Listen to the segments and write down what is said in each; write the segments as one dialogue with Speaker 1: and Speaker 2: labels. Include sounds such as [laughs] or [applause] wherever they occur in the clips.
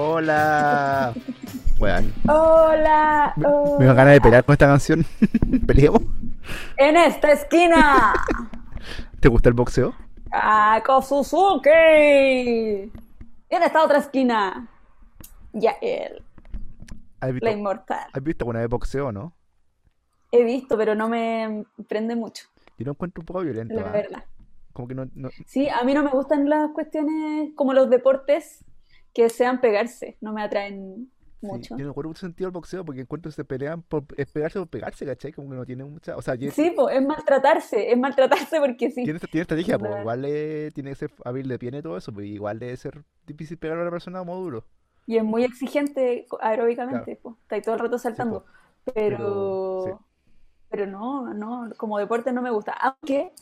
Speaker 1: hola. Weón.
Speaker 2: Hola. oh,
Speaker 1: Me
Speaker 2: hola.
Speaker 1: dan ganas de pelear con esta canción. [laughs] ¿Peleamos?
Speaker 2: En esta esquina.
Speaker 1: ¿Te gusta el boxeo?
Speaker 2: Ako Suzuki. Y en esta otra esquina. Yael,
Speaker 1: ¿Has visto,
Speaker 2: la inmortal.
Speaker 1: ¿Has visto alguna vez boxeo, no?
Speaker 2: He visto, pero no me prende mucho,
Speaker 1: Yo lo encuentro un poco violento.
Speaker 2: la
Speaker 1: ¿ah?
Speaker 2: verdad.
Speaker 1: Como que no, no-
Speaker 2: Sí, a mí no me gustan las cuestiones como los deportes que sean pegarse. No me atraen
Speaker 1: sí,
Speaker 2: mucho.
Speaker 1: yo no encuentro mucho sentido al boxeo porque encuentro que se pelean por es pegarse por pegarse, ¿cachai? Como que no tiene mucha. O sea, tiene,
Speaker 2: Sí, po, es maltratarse. Es maltratarse porque sí.
Speaker 1: tiene, esta- tiene estrategia, pues
Speaker 2: Claro.
Speaker 1: igual eh, tiene que ser hábil de pie y todo eso, pero igual debe ser difícil pegar a una persona a modo duro.
Speaker 2: Y es muy exigente co- aeróbicamente, po. Está ahí todo el rato saltando.
Speaker 1: Pero, sí.
Speaker 2: Pero, pero no, no, como deporte no me gusta. Aunque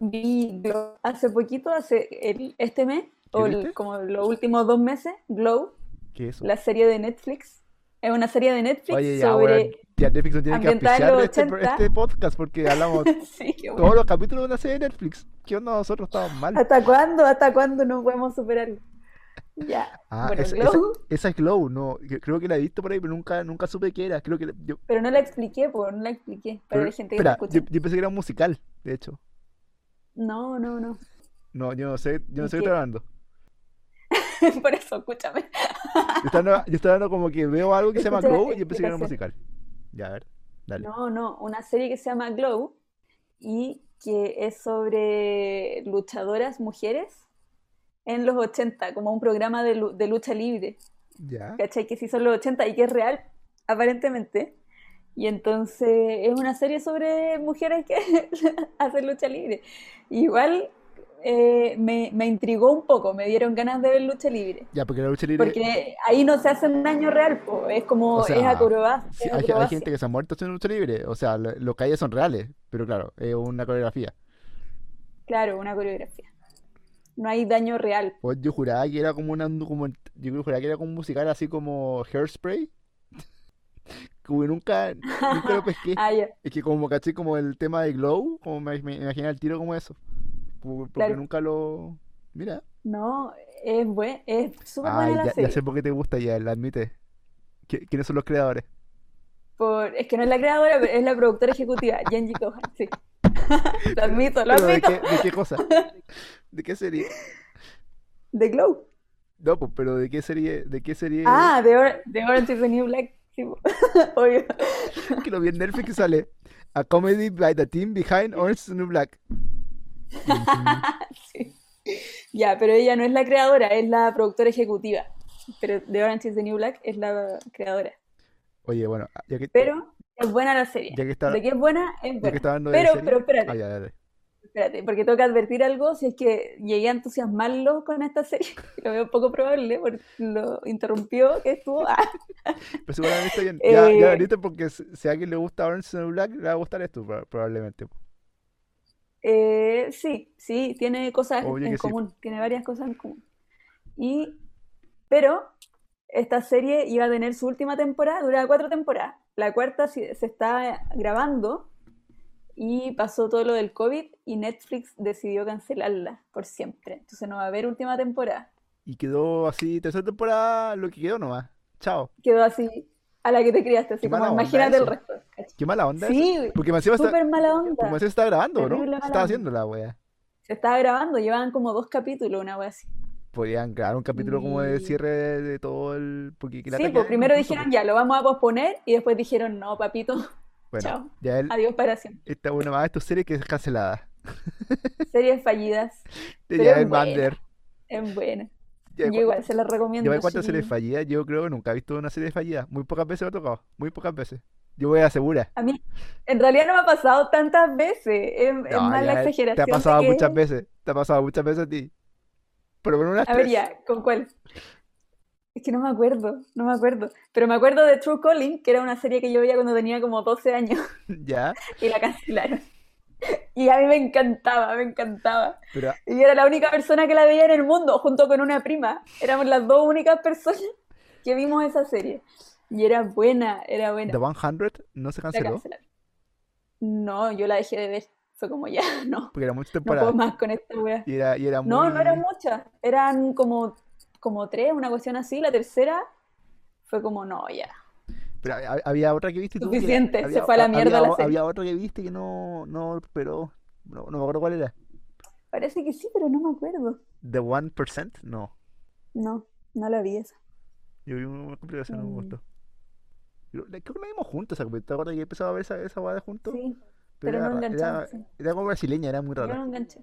Speaker 2: vi Glow hace poquito, hace el- este mes, o el-
Speaker 1: viste?
Speaker 2: como los últimos dos meses, Glow,
Speaker 1: ¿Qué es eso?
Speaker 2: la serie de Netflix. Es una serie de Netflix
Speaker 1: Oye, ya, weón.
Speaker 2: sobre.
Speaker 1: Ya Netflix no tiene que
Speaker 2: ambientada en
Speaker 1: auspiciar
Speaker 2: los
Speaker 1: este,
Speaker 2: 80.
Speaker 1: este podcast porque hablamos
Speaker 2: [laughs] Sí, qué bueno.
Speaker 1: todos los capítulos de una serie de Netflix. ¿Qué onda? Nosotros estamos
Speaker 2: [laughs]
Speaker 1: mal.
Speaker 2: ¿Hasta cuándo? ¿Hasta cuándo no podemos superarlo? Ya.
Speaker 1: Ah,
Speaker 2: Bueno,
Speaker 1: esa, esa-
Speaker 2: Glow,
Speaker 1: esa es Glow, no. que- Creo que la he visto por ahí, pero nunca, nunca supe qué era. Creo que la- yo,
Speaker 2: pero no la expliqué, pues, no la expliqué. Para
Speaker 1: pero-
Speaker 2: la gente que no
Speaker 1: espera,
Speaker 2: escucha.
Speaker 1: yo, yo pensé que era un musical, de hecho.
Speaker 2: No, no, no. [laughs]
Speaker 1: No, yo no sé, yo no sé qué
Speaker 2: ¿Y qué?
Speaker 1: estoy hablando.
Speaker 2: Por eso, escúchame.
Speaker 1: Yo estoy hablando, yo estoy hablando como que veo algo que se llama
Speaker 2: Escucha la
Speaker 1: Glow y yo pensé que era un musical. Ya, a ver, dale.
Speaker 2: No, no, una serie que se llama Glow y que es sobre luchadoras mujeres en los 80, como un programa de, lu- de lucha libre,
Speaker 1: Ya.
Speaker 2: ¿cachai? Que sí son los 80 y que es real, aparentemente. Y entonces es una serie sobre mujeres que [laughs] hacen lucha libre. Igual eh, me, me intrigó un poco, me dieron ganas de ver lucha libre.
Speaker 1: Ya, porque la lucha libre.
Speaker 2: Porque ahí no se hace un daño real, po, Es como,
Speaker 1: O
Speaker 2: es
Speaker 1: sea,
Speaker 2: acrobacia,
Speaker 1: sí,
Speaker 2: es
Speaker 1: hay, hay
Speaker 2: acrobacia.
Speaker 1: gente que se ha muerto haciendo lucha libre. O sea, lo- los calles son reales, pero claro, es una coreografía.
Speaker 2: Claro, una coreografía. No hay daño real.
Speaker 1: Pues yo juraba que era como una como, yo juraba que era como un musical así como Hairspray. [laughs] Como que nunca, nunca lo
Speaker 2: [laughs]
Speaker 1: pesqué.
Speaker 2: Ah, ya.
Speaker 1: Es que como caché como el tema de Glow, como me, me imaginé el tiro como eso. Como- Porque
Speaker 2: Claro.
Speaker 1: nunca lo. Mira.
Speaker 2: No, es buen, es súper
Speaker 1: Ay,
Speaker 2: buena la
Speaker 1: Ah, ya, ya
Speaker 2: serie.
Speaker 1: sé por qué te gusta, ya, lo admite. ¿Qui- ¿Quiénes son los creadores?
Speaker 2: Por, es que no es la creadora, pero es la
Speaker 1: [laughs]
Speaker 2: productora ejecutiva, Jenji Kohan, sí. Lo admito, [laughs] lo
Speaker 1: Pero, ¿de
Speaker 2: admito.
Speaker 1: qué, de qué
Speaker 2: [laughs]
Speaker 1: cosa? ¿De qué serie?
Speaker 2: The Glow.
Speaker 1: No, pues, pero ¿de qué serie? ¿De qué serie?
Speaker 2: Ah, The, Or- The Orange is the New Black. sí, po. [laughs] obvio.
Speaker 1: [laughs] Que lo vi en Netflix y sale A Comedy by the Team Behind Orange is the New
Speaker 2: [laughs]
Speaker 1: Black.
Speaker 2: Sí. Ya, pero ella no es la creadora, es la productora ejecutiva. Pero The Orange is the New Black es la creadora.
Speaker 1: Oye, bueno, ah, ya que,
Speaker 2: Pero es buena la serie.
Speaker 1: ya que está,
Speaker 2: De que es buena, es
Speaker 1: ya que
Speaker 2: buena.
Speaker 1: está hablando de
Speaker 2: Pero,
Speaker 1: serie-
Speaker 2: pero espérate.
Speaker 1: Ah, ya, dale.
Speaker 2: Espérate, porque tengo que advertir algo, si es que llegué a entusiasmarlo con esta serie, [laughs] lo veo poco probable, porque lo interrumpió que estuvo. Ah,
Speaker 1: Pero seguramente está
Speaker 2: [laughs]
Speaker 1: bien. Ya, ya
Speaker 2: Eh,
Speaker 1: ahorita porque si si a alguien le gusta Orange is the New Black, le va a gustar esto, proba- probablemente.
Speaker 2: eh, sí, sí, tiene cosas
Speaker 1: Obvio
Speaker 2: en
Speaker 1: que sí.
Speaker 2: común, tiene varias cosas en común. Y, pero esta serie iba a tener su última temporada, duraba cuatro temporadas. La cuarta se, se está grabando y pasó todo lo del COVID y Netflix decidió cancelarla por siempre. Entonces no va a haber última temporada.
Speaker 1: Y quedó así, tercera temporada, lo que quedó nomás. Chao.
Speaker 2: quedó así a la que te criaste,
Speaker 1: Qué
Speaker 2: así como
Speaker 1: mala onda
Speaker 2: imagínate el
Speaker 1: eso.
Speaker 2: resto. ¿cachai?
Speaker 1: Qué mala onda eso.
Speaker 2: Sí, güey,
Speaker 1: Porque me encima está,
Speaker 2: súper mala
Speaker 1: porque
Speaker 2: onda.
Speaker 1: encima se está grabando, ¿no?
Speaker 2: Terrible mala
Speaker 1: Estaba
Speaker 2: onda.
Speaker 1: haciendo la wea.
Speaker 2: Se estaba grabando, llevaban como dos capítulos, una wea así.
Speaker 1: Podrían grabar un capítulo como de
Speaker 2: Y-
Speaker 1: cierre de, de todo el. Porque la
Speaker 2: Sí,
Speaker 1: ataque
Speaker 2: pues
Speaker 1: era
Speaker 2: primero
Speaker 1: inconcluso,
Speaker 2: dijeron ya, lo vamos a posponer y después dijeron no, papito, [laughs]
Speaker 1: pues. Bueno,
Speaker 2: chao,
Speaker 1: ya él,
Speaker 2: adiós para siempre.
Speaker 1: esta es una más de tus series que es cancelada.
Speaker 2: Series fallidas,
Speaker 1: De
Speaker 2: Pero es
Speaker 1: Jael
Speaker 2: buena.
Speaker 1: Mander.
Speaker 2: es buena.
Speaker 1: Ya,
Speaker 2: Yo igual se las recomiendo.
Speaker 1: Lleva cuántas series
Speaker 2: sí.
Speaker 1: fallidas, yo creo que nunca he visto una serie fallida. Muy pocas veces me ha tocado, muy pocas veces. Yo voy a la segura.
Speaker 2: A mí, en realidad no me ha pasado tantas veces, es, es
Speaker 1: No,
Speaker 2: más
Speaker 1: ya,
Speaker 2: la exageración.
Speaker 1: Te ha
Speaker 2: de
Speaker 1: pasado
Speaker 2: que-
Speaker 1: muchas veces, te ha pasado muchas veces a ti. Pero bueno, unas
Speaker 2: A ver
Speaker 1: tres.
Speaker 2: ya, ¿con cuál? Es que no me acuerdo, no me acuerdo. Pero me acuerdo de True Calling, que era una serie que yo veía cuando tenía como 12 años.
Speaker 1: [laughs] Ya,
Speaker 2: y la cancelaron. Y a mí me encantaba, me encantaba.
Speaker 1: pero
Speaker 2: Y yo era la única persona que la veía en el mundo, junto con una prima. Éramos las dos únicas personas que vimos esa serie. Y era buena, era buena.
Speaker 1: The 100 no se
Speaker 2: La
Speaker 1: canceló
Speaker 2: cancelaron. No, yo la dejé de ver. Fue como ya, [laughs] no,
Speaker 1: porque era mucha
Speaker 2: no
Speaker 1: temporada
Speaker 2: puedo más con esta wea.
Speaker 1: y era, y era
Speaker 2: No, no
Speaker 1: muy-
Speaker 2: eran muchas. Eran como, como tres, una cuestión así. La tercera fue como, no, ya.
Speaker 1: Pero ha- ha- había otra que viste tú. que-
Speaker 2: Suficiente, se
Speaker 1: había-
Speaker 2: fue a la
Speaker 1: ha-
Speaker 2: mierda
Speaker 1: había,
Speaker 2: la serie.
Speaker 1: había otra que viste que no, no pero no, no me acuerdo cuál era.
Speaker 2: Parece que sí, pero no me acuerdo.
Speaker 1: The One Percent, no.
Speaker 2: No, no la vi esa.
Speaker 1: Yo vi una complicación, no me
Speaker 2: Mm.
Speaker 1: gustó. Yo- la- Creo que la vimos juntos, esa complicación. ¿te acuerdas que empezaba a ver esa, esa guada juntos?
Speaker 2: Sí,
Speaker 1: Pero
Speaker 2: pero
Speaker 1: era,
Speaker 2: no
Speaker 1: ra-
Speaker 2: enganchamos.
Speaker 1: era,
Speaker 2: sí.
Speaker 1: era como brasileña, era muy
Speaker 2: Yo
Speaker 1: rara.
Speaker 2: no enganché.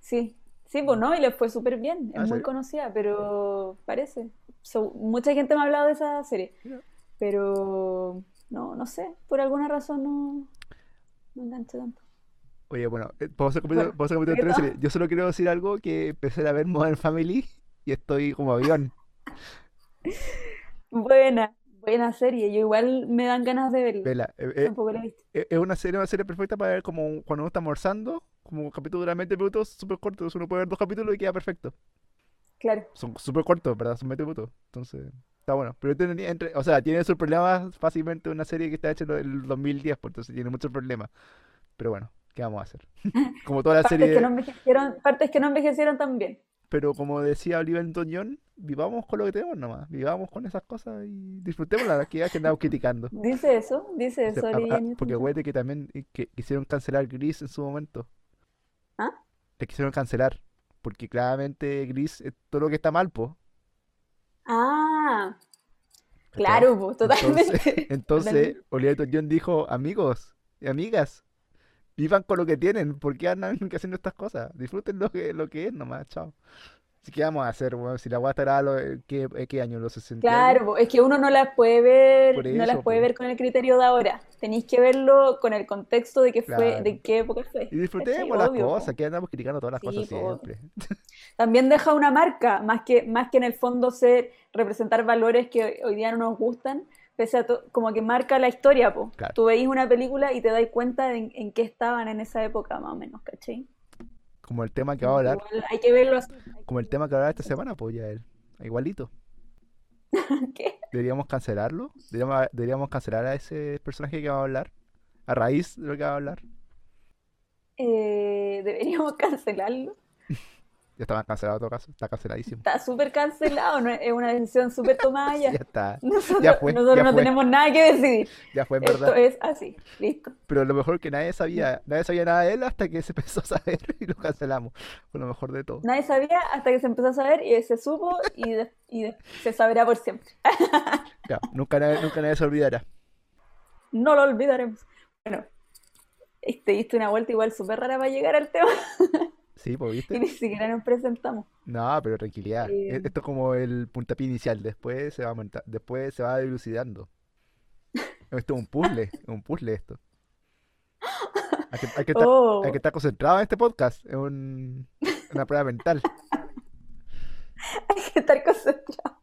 Speaker 2: Sí, sí, pues no, y le fue súper bien.
Speaker 1: Ah,
Speaker 2: Es muy
Speaker 1: ¿serio?
Speaker 2: conocida, pero parece. So- mucha gente me ha hablado de esa serie,
Speaker 1: Mira.
Speaker 2: pero no, no sé, por alguna razón no, no enganché tanto.
Speaker 1: Oye, bueno, eh, vamos a comenzar,
Speaker 2: Bueno,
Speaker 1: vamos a comenzar
Speaker 2: ¿qué
Speaker 1: otra
Speaker 2: tal?
Speaker 1: serie. Yo solo quiero decir algo que empecé a ver Modern Family y estoy como
Speaker 2: [laughs]
Speaker 1: avión.
Speaker 2: Buena, buena serie. Yo igual me dan ganas de verla.
Speaker 1: Vela, eh, eh,
Speaker 2: Tampoco la he visto.
Speaker 1: eh, es una serie, una serie perfecta para ver como un- cuando uno está almorzando, como un capítulo de 20 minutos, súper corto. Entonces uno puede ver dos capítulos y queda perfecto.
Speaker 2: Claro,
Speaker 1: Son súper cortos, ¿verdad? Son 20 minutos. Entonces, está bueno. Pero tiene, entre- o sea, tiene sus problemas fácilmente una serie que está hecha en el 2010, pues entonces tiene muchos problemas. Pero bueno, ¿qué vamos a
Speaker 2: [laughs]
Speaker 1: hacer? Como toda la
Speaker 2: partes que
Speaker 1: serie...
Speaker 2: no envejecieron, partes que no envejecieron también.
Speaker 1: Pero como decía Oliver Toñón, vivamos con lo que tenemos nomás, vivamos con esas cosas y disfrutemos las actividades que andamos
Speaker 2: [laughs]
Speaker 1: criticando.
Speaker 2: Dice eso, dice
Speaker 1: O sea,
Speaker 2: eso,
Speaker 1: a-
Speaker 2: Olivia
Speaker 1: a- porque
Speaker 2: Newton-John.
Speaker 1: acuérdate que también eh, que quisieron cancelar Gris en su momento.
Speaker 2: ¿Ah?
Speaker 1: Le quisieron cancelar. Porque claramente Gris es todo lo que está mal, po.
Speaker 2: Ah,
Speaker 1: ¿cachai?
Speaker 2: claro, pues,
Speaker 1: Entonces,
Speaker 2: totalmente.
Speaker 1: entonces Oliver Toñón dijo, amigos y amigas, vivan con lo que tienen, ¿por qué andan [laughs] haciendo estas cosas? Disfruten lo que, lo que es nomás, chao. Así que vamos a hacer, weón, si la guata era lo, ¿qué, eh, qué año? ¿Los 60? y algo?
Speaker 2: Claro, po, es que uno no las puede ver,
Speaker 1: Por
Speaker 2: no las
Speaker 1: eso,
Speaker 2: puede
Speaker 1: po.
Speaker 2: ver con el criterio de ahora. Tenéis que verlo con el contexto de que fue,
Speaker 1: Claro.
Speaker 2: de qué época fue.
Speaker 1: Y disfrutemos
Speaker 2: ¿Cachai?
Speaker 1: las
Speaker 2: Obvio, po.
Speaker 1: cosas, que andamos criticando todas las
Speaker 2: Sí,
Speaker 1: cosas
Speaker 2: po, obvio.
Speaker 1: siempre.
Speaker 2: También deja una marca, más que, más que en el fondo ser, representar valores que hoy- hoy día no nos gustan, pese a to- como que marca la historia, po.
Speaker 1: Claro.
Speaker 2: Tú veis una película y te dais cuenta de en, en qué estaban en esa época, más o menos, ¿cachai?
Speaker 1: Como el tema que va a
Speaker 2: Como que
Speaker 1: hablar,
Speaker 2: igual hay que verlo así. hay
Speaker 1: como el
Speaker 2: que-
Speaker 1: tema que va a hablar esta semana, pues ya él. Igualito.
Speaker 2: [laughs] ¿Qué?
Speaker 1: ¿Deberíamos cancelarlo? ¿Deberíamos, ah, deberíamos cancelar a ese personaje que va a hablar? A raíz de lo que va a hablar.
Speaker 2: Eh, deberíamos [laughs] cancelarlo.
Speaker 1: Ya estaba cancelado en todo caso, está canceladísimo.
Speaker 2: Está súper cancelado, ¿no? Es una decisión súper tomada
Speaker 1: Ya
Speaker 2: ya.
Speaker 1: está,
Speaker 2: [laughs] Nosotros,
Speaker 1: Ya fue,
Speaker 2: nosotros
Speaker 1: ya
Speaker 2: no
Speaker 1: fue.
Speaker 2: tenemos nada que decidir.
Speaker 1: ya fue en
Speaker 2: Esto
Speaker 1: verdad.
Speaker 2: es así. Listo.
Speaker 1: Pero lo mejor que nadie sabía, nadie sabía nada de él hasta que se [laughs] empezó a saber y lo cancelamos. Fue lo mejor de
Speaker 2: [laughs]
Speaker 1: todo.
Speaker 2: Nadie sabía hasta que se empezó a saber y se supo y, de- y de- se sabrá por siempre.
Speaker 1: Ya, nunca, nadie, nunca nadie se olvidará.
Speaker 2: No lo olvidaremos. Bueno, este, diste una vuelta igual súper rara para llegar al tema
Speaker 1: Sí, pues viste.
Speaker 2: [laughs] y ni siquiera nos presentamos.
Speaker 1: No, pero tranquilidad. E-
Speaker 2: Eh,
Speaker 1: Esto es como el puntapié inicial. Después se va aumenta- después se va dilucidando. Esto es un puzzle, es un puzzle esto. Hay que, hay que estar,
Speaker 2: Oh,
Speaker 1: hay que estar concentrado en este podcast. Es un- una prueba mental.
Speaker 2: hay que estar concentrado.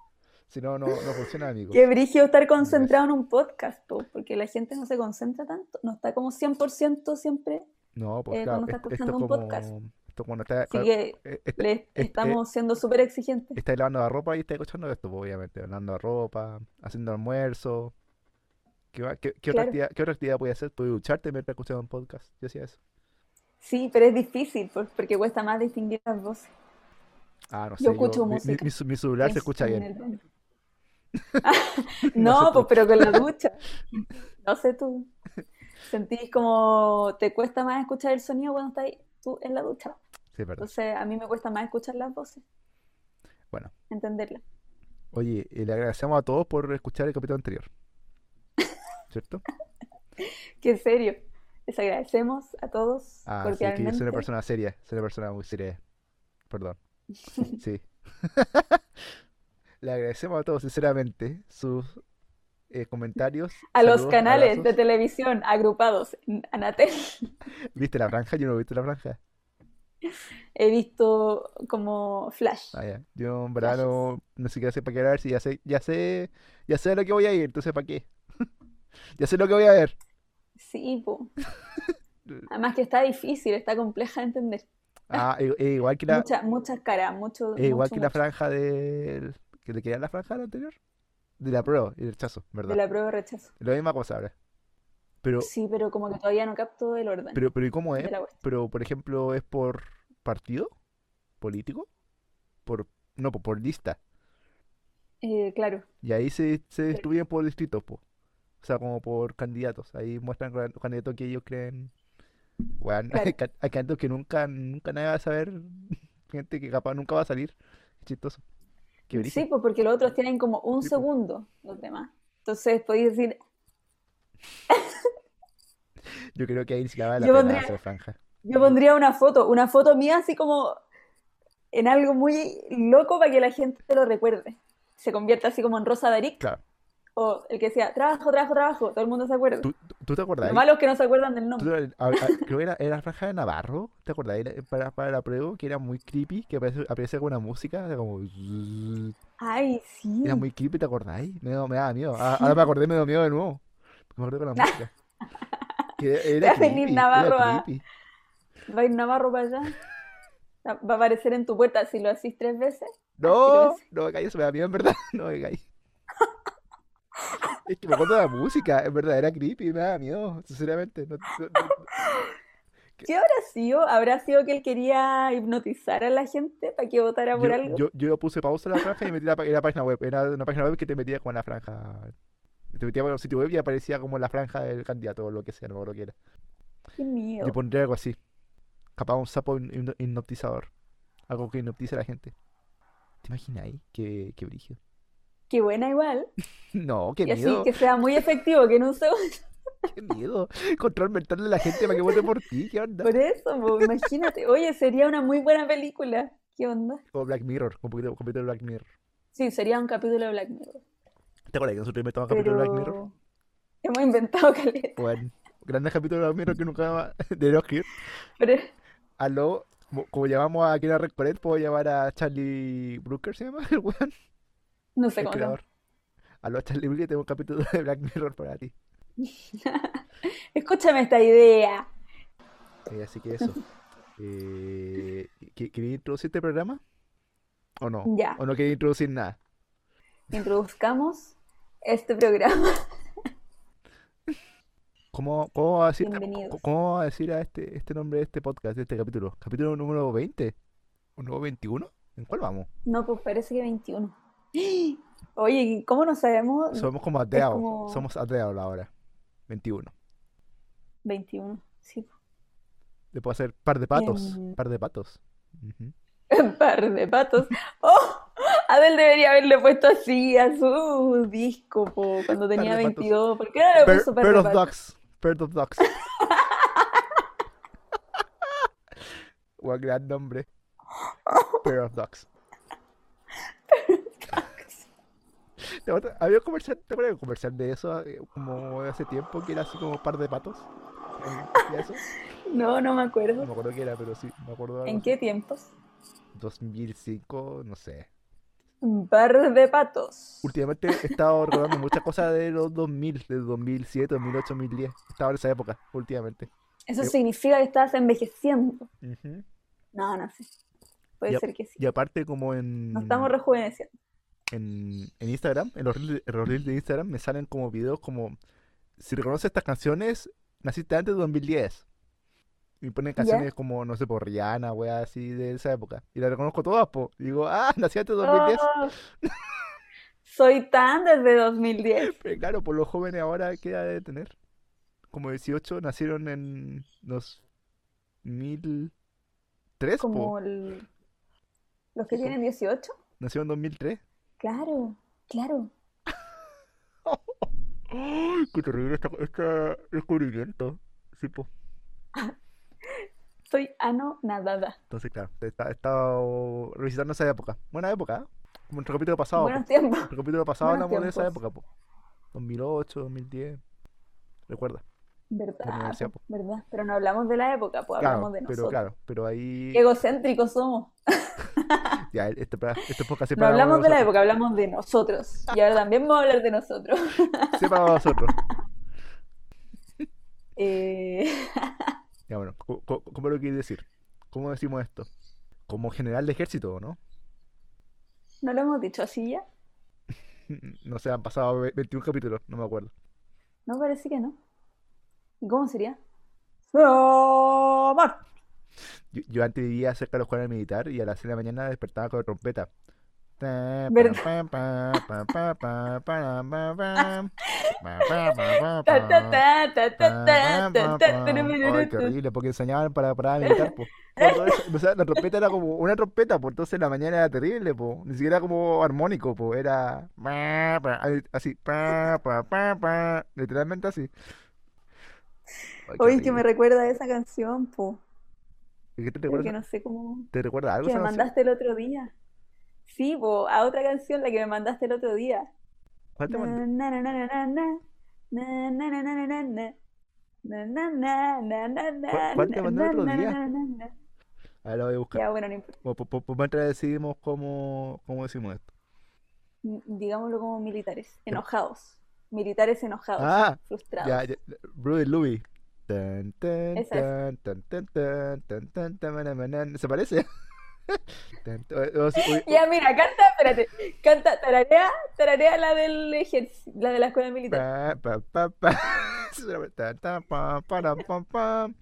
Speaker 1: Si no, no, no funciona, amigo.
Speaker 2: [laughs] Qué brígido estar concentrado en un podcast, po, porque la gente no se concentra tanto, no está como 100% siempre.
Speaker 1: No, pues
Speaker 2: eh,
Speaker 1: claro,
Speaker 2: cuando estás
Speaker 1: est- esto es
Speaker 2: escuchando un podcast.
Speaker 1: como, esto cuando está,
Speaker 2: Así
Speaker 1: cua-
Speaker 2: que
Speaker 1: eh, est-
Speaker 2: le estamos siendo súper exigentes.
Speaker 1: estáis lavando la ropa y estáis escuchando esto, pues, obviamente, lavando la ropa, haciendo almuerzo. ¿Qué, va- qué- qué otra
Speaker 2: Claro.
Speaker 1: actividad, qué otra actividad podías hacer? Puedes ducharte mientras escuchando un podcast. Yo hacía eso.
Speaker 2: Sí, pero es difícil por- porque cuesta más distinguir las voces.
Speaker 1: Ah, no sé,
Speaker 2: Yo escucho
Speaker 1: mi, mi-
Speaker 2: música. Este,
Speaker 1: mi ce- mi celular se
Speaker 2: Es
Speaker 1: escucha
Speaker 2: en
Speaker 1: bien.
Speaker 2: el
Speaker 1: [laughs]
Speaker 2: baño. [laughs]
Speaker 1: No sé
Speaker 2: No,
Speaker 1: tú.
Speaker 2: pues, pero
Speaker 1: [laughs]
Speaker 2: con la ducha. No sé tú. Sentís como te cuesta más escuchar el sonido cuando estás ahí, tú en la ducha.
Speaker 1: Sí, es verdad.
Speaker 2: Entonces, a mí me cuesta más escuchar las voces,
Speaker 1: Bueno,
Speaker 2: entenderlas.
Speaker 1: oye, eh, le agradecemos a todos por escuchar el capítulo anterior.
Speaker 2: [laughs]
Speaker 1: ¿Cierto?
Speaker 2: Que en serio. Les agradecemos a todos
Speaker 1: Ah, sí, es que yo soy una
Speaker 2: cordialmente.
Speaker 1: persona seria, soy una persona muy seria.
Speaker 2: [laughs]
Speaker 1: Perdón. Sí. [laughs] Le agradecemos a todos, sinceramente, sus eh, comentarios.
Speaker 2: A los
Speaker 1: saludos,
Speaker 2: canales de
Speaker 1: abrazos.
Speaker 2: televisión agrupados en Anatel. [laughs]
Speaker 1: ¿Viste la franja? Yo no he visto la franja.
Speaker 2: He visto como flash.
Speaker 1: Ah, ya. Yo en verdad no, no siquiera sé para qué ver si ya sé, ya sé, ya sé a lo que voy a ir, entonces ¿para qué? [laughs] ya sé lo que voy a ver.
Speaker 2: Sí,
Speaker 1: [laughs]
Speaker 2: po. Además que está difícil, está compleja de entender.
Speaker 1: Ah, e- e igual que la,
Speaker 2: Mucha- muchas caras, mucho,
Speaker 1: Es igual
Speaker 2: mucho,
Speaker 1: que la
Speaker 2: mucho.
Speaker 1: franja del... ¿Que le quería la franja del anterior? De la prueba y el rechazo,
Speaker 2: De
Speaker 1: ¿verdad?
Speaker 2: la prueba de rechazo.
Speaker 1: La misma cosa ahora. Pero,
Speaker 2: Sí, pero como que todavía no capto el orden
Speaker 1: pero, pero ¿y cómo es?
Speaker 2: de la cuestión.
Speaker 1: Pero, por ejemplo, ¿es por partido político? Por... No, po- por lista.
Speaker 2: Eh, claro,
Speaker 1: Y ahí se, se
Speaker 2: Pero-
Speaker 1: distribuyen por distritos, po. O sea, como por candidatos. Ahí muestran los candidatos que ellos creen. [laughs] Bueno, hay
Speaker 2: claro.
Speaker 1: can- hay candidatos que nunca, nunca nadie va a saber. [laughs] Gente que capaz nunca va a salir. Qué chistoso. Qué
Speaker 2: Sí,
Speaker 1: brillo.
Speaker 2: pues porque los otros tienen como un
Speaker 1: Sí, pues. po.
Speaker 2: segundo los demás. Entonces podéis decir,
Speaker 1: Yo creo que ahí ni siquiera vale la
Speaker 2: yo
Speaker 1: pena
Speaker 2: pondría,
Speaker 1: hacer franja.
Speaker 2: yo pondría una foto, una foto mía así como en algo muy loco para que la gente lo recuerde. Se convierta así como en Rosa Daric
Speaker 1: Claro.
Speaker 2: o el que decía, trabajo, trabajo, trabajo, todo el mundo se acuerda.
Speaker 1: ¿Tú, tú- tú te
Speaker 2: Lo
Speaker 1: acordáis?
Speaker 2: malo es que no se acuerdan del
Speaker 1: Tú
Speaker 2: nombre.
Speaker 1: te acuerdas- a- a- creo que era, era franja de Navarro. ¿Te acordáis? Era- Para, para la prueba, que era muy creepy. Que aparece, aparece alguna música. Era como. zzzz.
Speaker 2: Ay,
Speaker 1: Era
Speaker 2: sí,
Speaker 1: muy creepy, ¿te acordáis? Me, daba- me daba miedo. A- Ahora me
Speaker 2: Mm. sí.
Speaker 1: acordé, me dio miedo de nuevo. Me acordé con la música.
Speaker 2: [laughs]
Speaker 1: Que
Speaker 2: Te
Speaker 1: era
Speaker 2: va a venir
Speaker 1: creepy, era
Speaker 2: Navarro a,
Speaker 1: creepy.
Speaker 2: va a ir Navarro para allá. Va va a aparecer en tu puerta si lo haces tres veces. Ah, si lo
Speaker 1: No,
Speaker 2: haces.
Speaker 1: no me calles, me da miedo, en verdad. [laughs] No me calles. Es que me acuerdo de la música, en verdad, era creepy, me daba miedo, sinceramente. No, no- no- que-
Speaker 2: ¿Qué habrá sido? ¿Habrá sido que él quería hipnotizar a la gente para que votara por
Speaker 1: Yo,
Speaker 2: algo?
Speaker 1: yo, yo puse pausa a la franja y me metí a la, pa- en la página web. Era una página web que te metía con la franja. Te metía con el sitio web y aparecía como la franja del candidato o lo que sea, no lo que era.
Speaker 2: Qué
Speaker 1: Yo
Speaker 2: miedo.
Speaker 1: pondría algo así. Capaz un sapo hipno- hipno- hipnotizador. Algo que hipnotice a la gente. ¿Te imaginas ahí? Qué, qué brillo.
Speaker 2: Qué buena igual.
Speaker 1: [laughs] No, qué
Speaker 2: Y así
Speaker 1: miedo.
Speaker 2: que sea muy efectivo,
Speaker 1: [laughs]
Speaker 2: que no se...
Speaker 1: Qué miedo. Control mental de la gente para que vote por ti. ¿Qué onda?
Speaker 2: Por eso, po, imagínate. Oye, sería una muy buena película. ¿Qué onda?
Speaker 1: Como Black Mirror. Como un poquito, un poquito de Black Mirror.
Speaker 2: Sí, sería un capítulo de Black Mirror.
Speaker 1: ¿Te acuerdas que nosotros inventamos capítulos de Black Mirror?
Speaker 2: Pero hemos inventado caleta.
Speaker 1: Bueno, grandes capítulos de Black Mirror que nunca va- [laughs] deberíamos escribir.
Speaker 2: Pero
Speaker 1: Aló, mo- como llamamos a Kira Red puedo llamar a Charlie Brooker, ¿se llama [laughs] el weón?
Speaker 2: no sé
Speaker 1: El
Speaker 2: cómo se llama.
Speaker 1: creador. Aló, Charlie Brooker, tengo un capítulo de Black Mirror para ti.
Speaker 2: Escúchame esta idea.
Speaker 1: Eh, así que eso. Eh, ¿que- ¿Quería introducir este programa? ¿O no?
Speaker 2: Ya,
Speaker 1: ¿O no quería introducir nada?
Speaker 2: introduzcamos este programa.
Speaker 1: ¿Cómo, cómo va a decir,
Speaker 2: Bienvenidos.
Speaker 1: cómo va a decir a este, este nombre de este podcast, de este capítulo? ¿Capítulo número 20? ¿O número 21? ¿En cuál vamos?
Speaker 2: No, pues parece que 21. [gasps] Oye, ¿y ¿cómo no sabemos?
Speaker 1: Somos como
Speaker 2: Mm, Es
Speaker 1: ateados.
Speaker 2: como
Speaker 1: Somos ateados ahora. 21.
Speaker 2: 21, sí.
Speaker 1: Le puedo hacer par de patos.
Speaker 2: Bien.
Speaker 1: Par de patos. Ujú.
Speaker 2: Par de patos. Oh, Adele debería haberle puesto así a su disco po, cuando
Speaker 1: Par
Speaker 2: tenía
Speaker 1: de patos.
Speaker 2: 22. ¿Por qué no le
Speaker 1: Pair,
Speaker 2: puso par
Speaker 1: pair
Speaker 2: de
Speaker 1: of
Speaker 2: patos?
Speaker 1: ducks. Pair of
Speaker 2: [laughs]
Speaker 1: ducks. Guau, gran
Speaker 2: [laughs]
Speaker 1: nombre. Pair of ducks. [laughs] ¿Te acuerdas? Había un comercial, ¿te acuerdas de un comercial de eso eh, como hace tiempo que era así como par de
Speaker 2: [laughs]
Speaker 1: patos? Eh, ¿Y eso?
Speaker 2: No, no me
Speaker 1: No
Speaker 2: acuerdo.
Speaker 1: me acuerdo qué era, pero sí, me acuerdo de algo
Speaker 2: ¿En
Speaker 1: así.
Speaker 2: qué tiempos?
Speaker 1: 2005, no sé.
Speaker 2: Un par de patos.
Speaker 1: Últimamente he estado recordando muchas cosas de los 2000, de 2007, 2008, 2010. Estaba en esa época, últimamente.
Speaker 2: Eso
Speaker 1: Eh,
Speaker 2: significa que estás envejeciendo.
Speaker 1: ujú.
Speaker 2: No, no sé.
Speaker 1: Y,
Speaker 2: Puede
Speaker 1: a-
Speaker 2: ser que sí.
Speaker 1: y aparte como
Speaker 2: Nos estamos
Speaker 1: en,
Speaker 2: rejuveneciendo.
Speaker 1: en, en Instagram, en los, reels de- en los reels de Instagram me salen como videos como, si reconoces estas canciones, naciste antes de 2010. Y ponen
Speaker 2: ¿Ya?
Speaker 1: canciones como, no sé, por Rihanna, wea, así de esa época. Y las reconozco todas, po. Y digo, ah, nací antes de 2010.
Speaker 2: Oh, soy tan desde 2010.
Speaker 1: Pero claro, por los jóvenes ahora, ¿qué edad de tener? Como 18, nacieron en 2003, po.
Speaker 2: Como el- los que
Speaker 1: Sí, po.
Speaker 2: tienen 18.
Speaker 1: Nacieron en 2003.
Speaker 2: Claro,
Speaker 1: [laughs]
Speaker 2: claro. Eh,
Speaker 1: ¡Ay, qué terrible esta- este descubrimiento! Sí, po.
Speaker 2: Soy ano nadada.
Speaker 1: Entonces, claro, he esta- he estado revisitando esa época. Buena época, ¿eh? Como en el capítulo pasado, po.
Speaker 2: Buenos tiempos.
Speaker 1: En el capítulo pasado
Speaker 2: Buenos
Speaker 1: hablamos de esa
Speaker 2: tiempos,
Speaker 1: época, po. 2008, 2010. Recuerda, la
Speaker 2: ¿verdad?
Speaker 1: universidad,
Speaker 2: po,
Speaker 1: po.
Speaker 2: ¿verdad? Pero no hablamos de la época, pues
Speaker 1: Claro,
Speaker 2: hablamos de
Speaker 1: pero
Speaker 2: nosotros.
Speaker 1: claro, pero
Speaker 2: Qué
Speaker 1: ahí.
Speaker 2: egocéntricos somos.
Speaker 1: Ya, este, pra- este podcast es
Speaker 2: No
Speaker 1: para
Speaker 2: hablamos de la
Speaker 1: nosotros.
Speaker 2: época, hablamos de nosotros. Y ahora también vamos a hablar de nosotros.
Speaker 1: Sí, para
Speaker 2: [laughs]
Speaker 1: nosotros.
Speaker 2: Eh,
Speaker 1: Ya, bueno, co- co- ¿cómo lo quieres decir? ¿Cómo decimos esto? Como general de ejército, ¿no? [laughs]
Speaker 2: ¿no lo hemos dicho así ya?
Speaker 1: No sé, han pasado ve- 21 capítulos, no me acuerdo.
Speaker 2: No, parece que no. ¿Y cómo sería? ¡Amor!
Speaker 1: Yo, yo antes vivía cerca de la escuela militar y a las 6 de la mañana despertaba con la trompeta.
Speaker 2: ¿Verdad? Ta, ta,
Speaker 1: Ay,
Speaker 2: ta, ta, ta, ta, ta, ta, ta,
Speaker 1: qué
Speaker 2: ta.
Speaker 1: horrible, porque enseñaban para, para militar, po. Era todo eso, O sea, la trompeta era como una trompeta, pues entonces la mañana era terrible, po. Ni siquiera como armónico, pues era pa, pa, al- así, pa, pa, pa, pa, literalmente así. Ay, qué
Speaker 2: Oye, que me
Speaker 1: horrible.
Speaker 2: recuerda a esa canción, po,
Speaker 1: ¿Y qué te
Speaker 2: pero
Speaker 1: recuerda?
Speaker 2: que
Speaker 1: esa-
Speaker 2: no sé cómo,
Speaker 1: ¿Te recuerda algo
Speaker 2: que me
Speaker 1: esa canción?
Speaker 2: mandaste el otro día. Sí, po, a otra canción, la que me mandaste el otro día.
Speaker 1: ¿Cuál te
Speaker 2: Na,
Speaker 1: mandé?
Speaker 2: na, na, na, na, na, na, na, na, na, na, na, na, na, na, na, na,
Speaker 1: ¿Cuál,
Speaker 2: na,
Speaker 1: cuál te
Speaker 2: na,
Speaker 1: mandé el
Speaker 2: na,
Speaker 1: otro
Speaker 2: na,
Speaker 1: día?
Speaker 2: na, na, na.
Speaker 1: A ver, la voy a buscar.
Speaker 2: Ya, bueno, no importa.
Speaker 1: Por, por, por- por mientras decidimos cómo, cómo decimos esto.
Speaker 2: M- mm, digámoslo como militares,
Speaker 1: Ya.
Speaker 2: enojados, militares enojados,
Speaker 1: Ah, ya,
Speaker 2: frustrados.
Speaker 1: ya, Rudy Louis. Tan, tan,
Speaker 2: Esa es.
Speaker 1: tan, tan, tan, tan, tan, tan, tan, manan, manan. ¿Se parece? [laughs] Tan, o- o si-
Speaker 2: [laughs]
Speaker 1: o- o-
Speaker 2: Ya, mira, canta, espérate, canta, tararea, tararea la del ejerci- la de la escuela militar.
Speaker 1: pa, pa, pa, pa. [laughs] Suena- tan, tan, pa, para, pam, pam.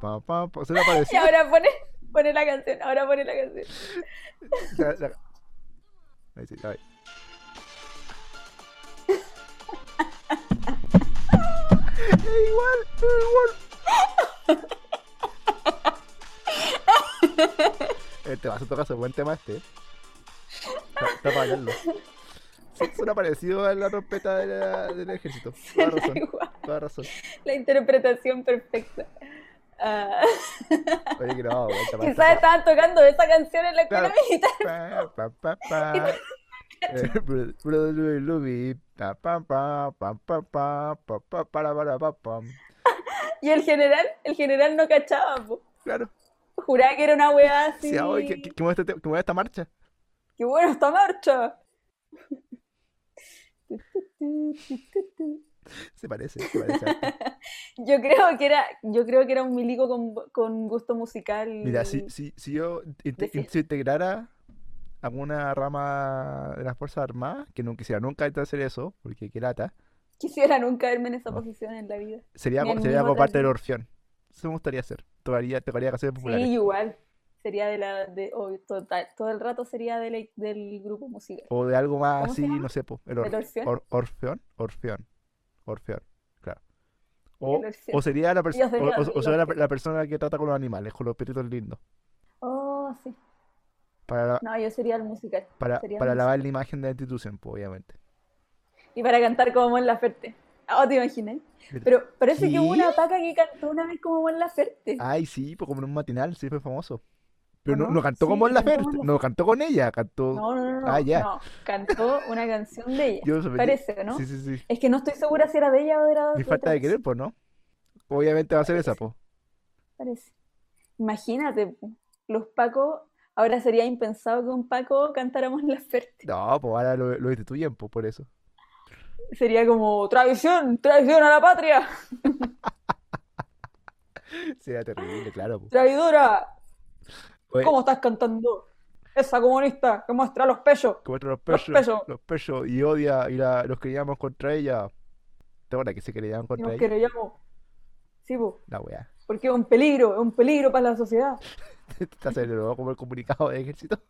Speaker 1: Pa, pa, pa. ¿Suena
Speaker 2: Y
Speaker 1: parecido?
Speaker 2: ahora pone, pone la canción, ahora pone la canción.
Speaker 1: La- la- Ahí sí, ahí. Es igual, es igual. Este va a tocar su buen tema este. ¿eh? Está, está para bailarlo. Su- Suena parecido a la trompeta de la- del ejército. Toda
Speaker 2: [laughs] Suena
Speaker 1: razón,
Speaker 2: igual,
Speaker 1: toda razón.
Speaker 2: la interpretación perfecta.
Speaker 1: [laughs]
Speaker 2: Ah,
Speaker 1: Oye, que no, buen tema este.
Speaker 2: quizás estaban tocando esa canción en la escuela
Speaker 1: Claro.
Speaker 2: militar.
Speaker 1: Pa, pa, pa, pa. Eh, bru- bru- bru- lubi, pa, pa, pa, pa, pa, pa, pa, pa, para, para, pa, pam.
Speaker 2: Y el general, el general no cachaba, po.
Speaker 1: Claro.
Speaker 2: Juraba que era una weá
Speaker 1: Sí, ah, oye, qué, qué,
Speaker 2: así.
Speaker 1: qué bueno este te- qué buena esta marcha.
Speaker 2: ¡Qué bueno esta marcha!
Speaker 1: Se parece, se parece harto.
Speaker 2: Yo creo que era, yo creo que era un milico con, con gusto musical
Speaker 1: Mira, si, si, si yo inte-
Speaker 2: de
Speaker 1: in-
Speaker 2: fiesta.
Speaker 1: si integrara alguna rama de las Fuerzas Armadas, que no quisiera nunca hacer eso, porque qué lata,
Speaker 2: Quisiera nunca verme en esa
Speaker 1: ¿no?
Speaker 2: posición en la vida.
Speaker 1: sería,
Speaker 2: Ni
Speaker 1: co-
Speaker 2: en
Speaker 1: sería
Speaker 2: ninguna
Speaker 1: como
Speaker 2: otra
Speaker 1: parte del
Speaker 2: vida.
Speaker 1: Orfeón. Eso me gustaría hacer. Tocaría, tocaría canciones populares.
Speaker 2: Sí, igual. Sería de la, de, o total, todo el rato sería de la- del grupo musical.
Speaker 1: O de algo más
Speaker 2: ¿Cómo
Speaker 1: así,
Speaker 2: se llama?
Speaker 1: no sé, po, el
Speaker 2: ¿El
Speaker 1: Orf-
Speaker 2: Orfeón?
Speaker 1: Or- Orfeón, Orfeón, Orfeón, claro.
Speaker 2: El
Speaker 1: O,
Speaker 2: Orfeón.
Speaker 1: o sería la persona
Speaker 2: Dios
Speaker 1: o, o-
Speaker 2: del
Speaker 1: o
Speaker 2: el
Speaker 1: sería la,
Speaker 2: Orfeón.
Speaker 1: la persona que trata con los animales, con los perritos lindos,
Speaker 2: Oh, sí.
Speaker 1: para, la-
Speaker 2: No, yo sería el musical.
Speaker 1: para,
Speaker 2: Sería el
Speaker 1: para lavar
Speaker 2: musical.
Speaker 1: la imagen de la institución, po, obviamente.
Speaker 2: Y para cantar como Mon Laferte. Ah, te imaginé. Pero parece que hubo
Speaker 1: ¿Qué?
Speaker 2: una paca que cantó una vez como Mon Laferte,
Speaker 1: Ay, sí, pues como en un matinal, sí fue famoso.
Speaker 2: ¿o
Speaker 1: Pero no, no
Speaker 2: no?
Speaker 1: cantó con
Speaker 2: Ah, Sí,
Speaker 1: Mon
Speaker 2: y cantó Mon
Speaker 1: Laferte,
Speaker 2: Laferte.
Speaker 1: no cantó con ella, cantó.
Speaker 2: No, no, no,
Speaker 1: Ah,
Speaker 2: no,
Speaker 1: ya.
Speaker 2: no. Cantó una canción de ella,
Speaker 1: Yo no sabía.
Speaker 2: parece, ¿o
Speaker 1: Sí,
Speaker 2: ¿no?
Speaker 1: sí, sí.
Speaker 2: Es que no estoy segura si era de ella o de, era
Speaker 1: Mi
Speaker 2: de
Speaker 1: falta
Speaker 2: otra
Speaker 1: de
Speaker 2: persona.
Speaker 1: querer, pues, ¿no? Obviamente va a ser esa, pues.
Speaker 2: Parece, parece. Imagínate, po, los Pacos, ahora sería impensado que un Paco cantara Mon Laferte.
Speaker 1: No, pues ahora lo, lo destituyen, pues, por eso. [laughs]
Speaker 2: Sería como traición, traición a la patria,
Speaker 1: Sería terrible, claro, pues.
Speaker 2: traidora.
Speaker 1: Oye,
Speaker 2: ¿Cómo estás cantando? Esa comunista que muestra los pechos,
Speaker 1: contra los
Speaker 2: los
Speaker 1: pechos,
Speaker 2: pechos.
Speaker 1: los pechos, y odia, y la, los queríamos contra ella. ¿Te acuerdas que se querían
Speaker 2: Y
Speaker 1: contra
Speaker 2: nos
Speaker 1: ella?
Speaker 2: querellamos. Sí, po,
Speaker 1: La weá. [laughs]
Speaker 2: porque es un peligro, es un peligro para la sociedad.
Speaker 1: Está celebrado como el comunicado de ejército.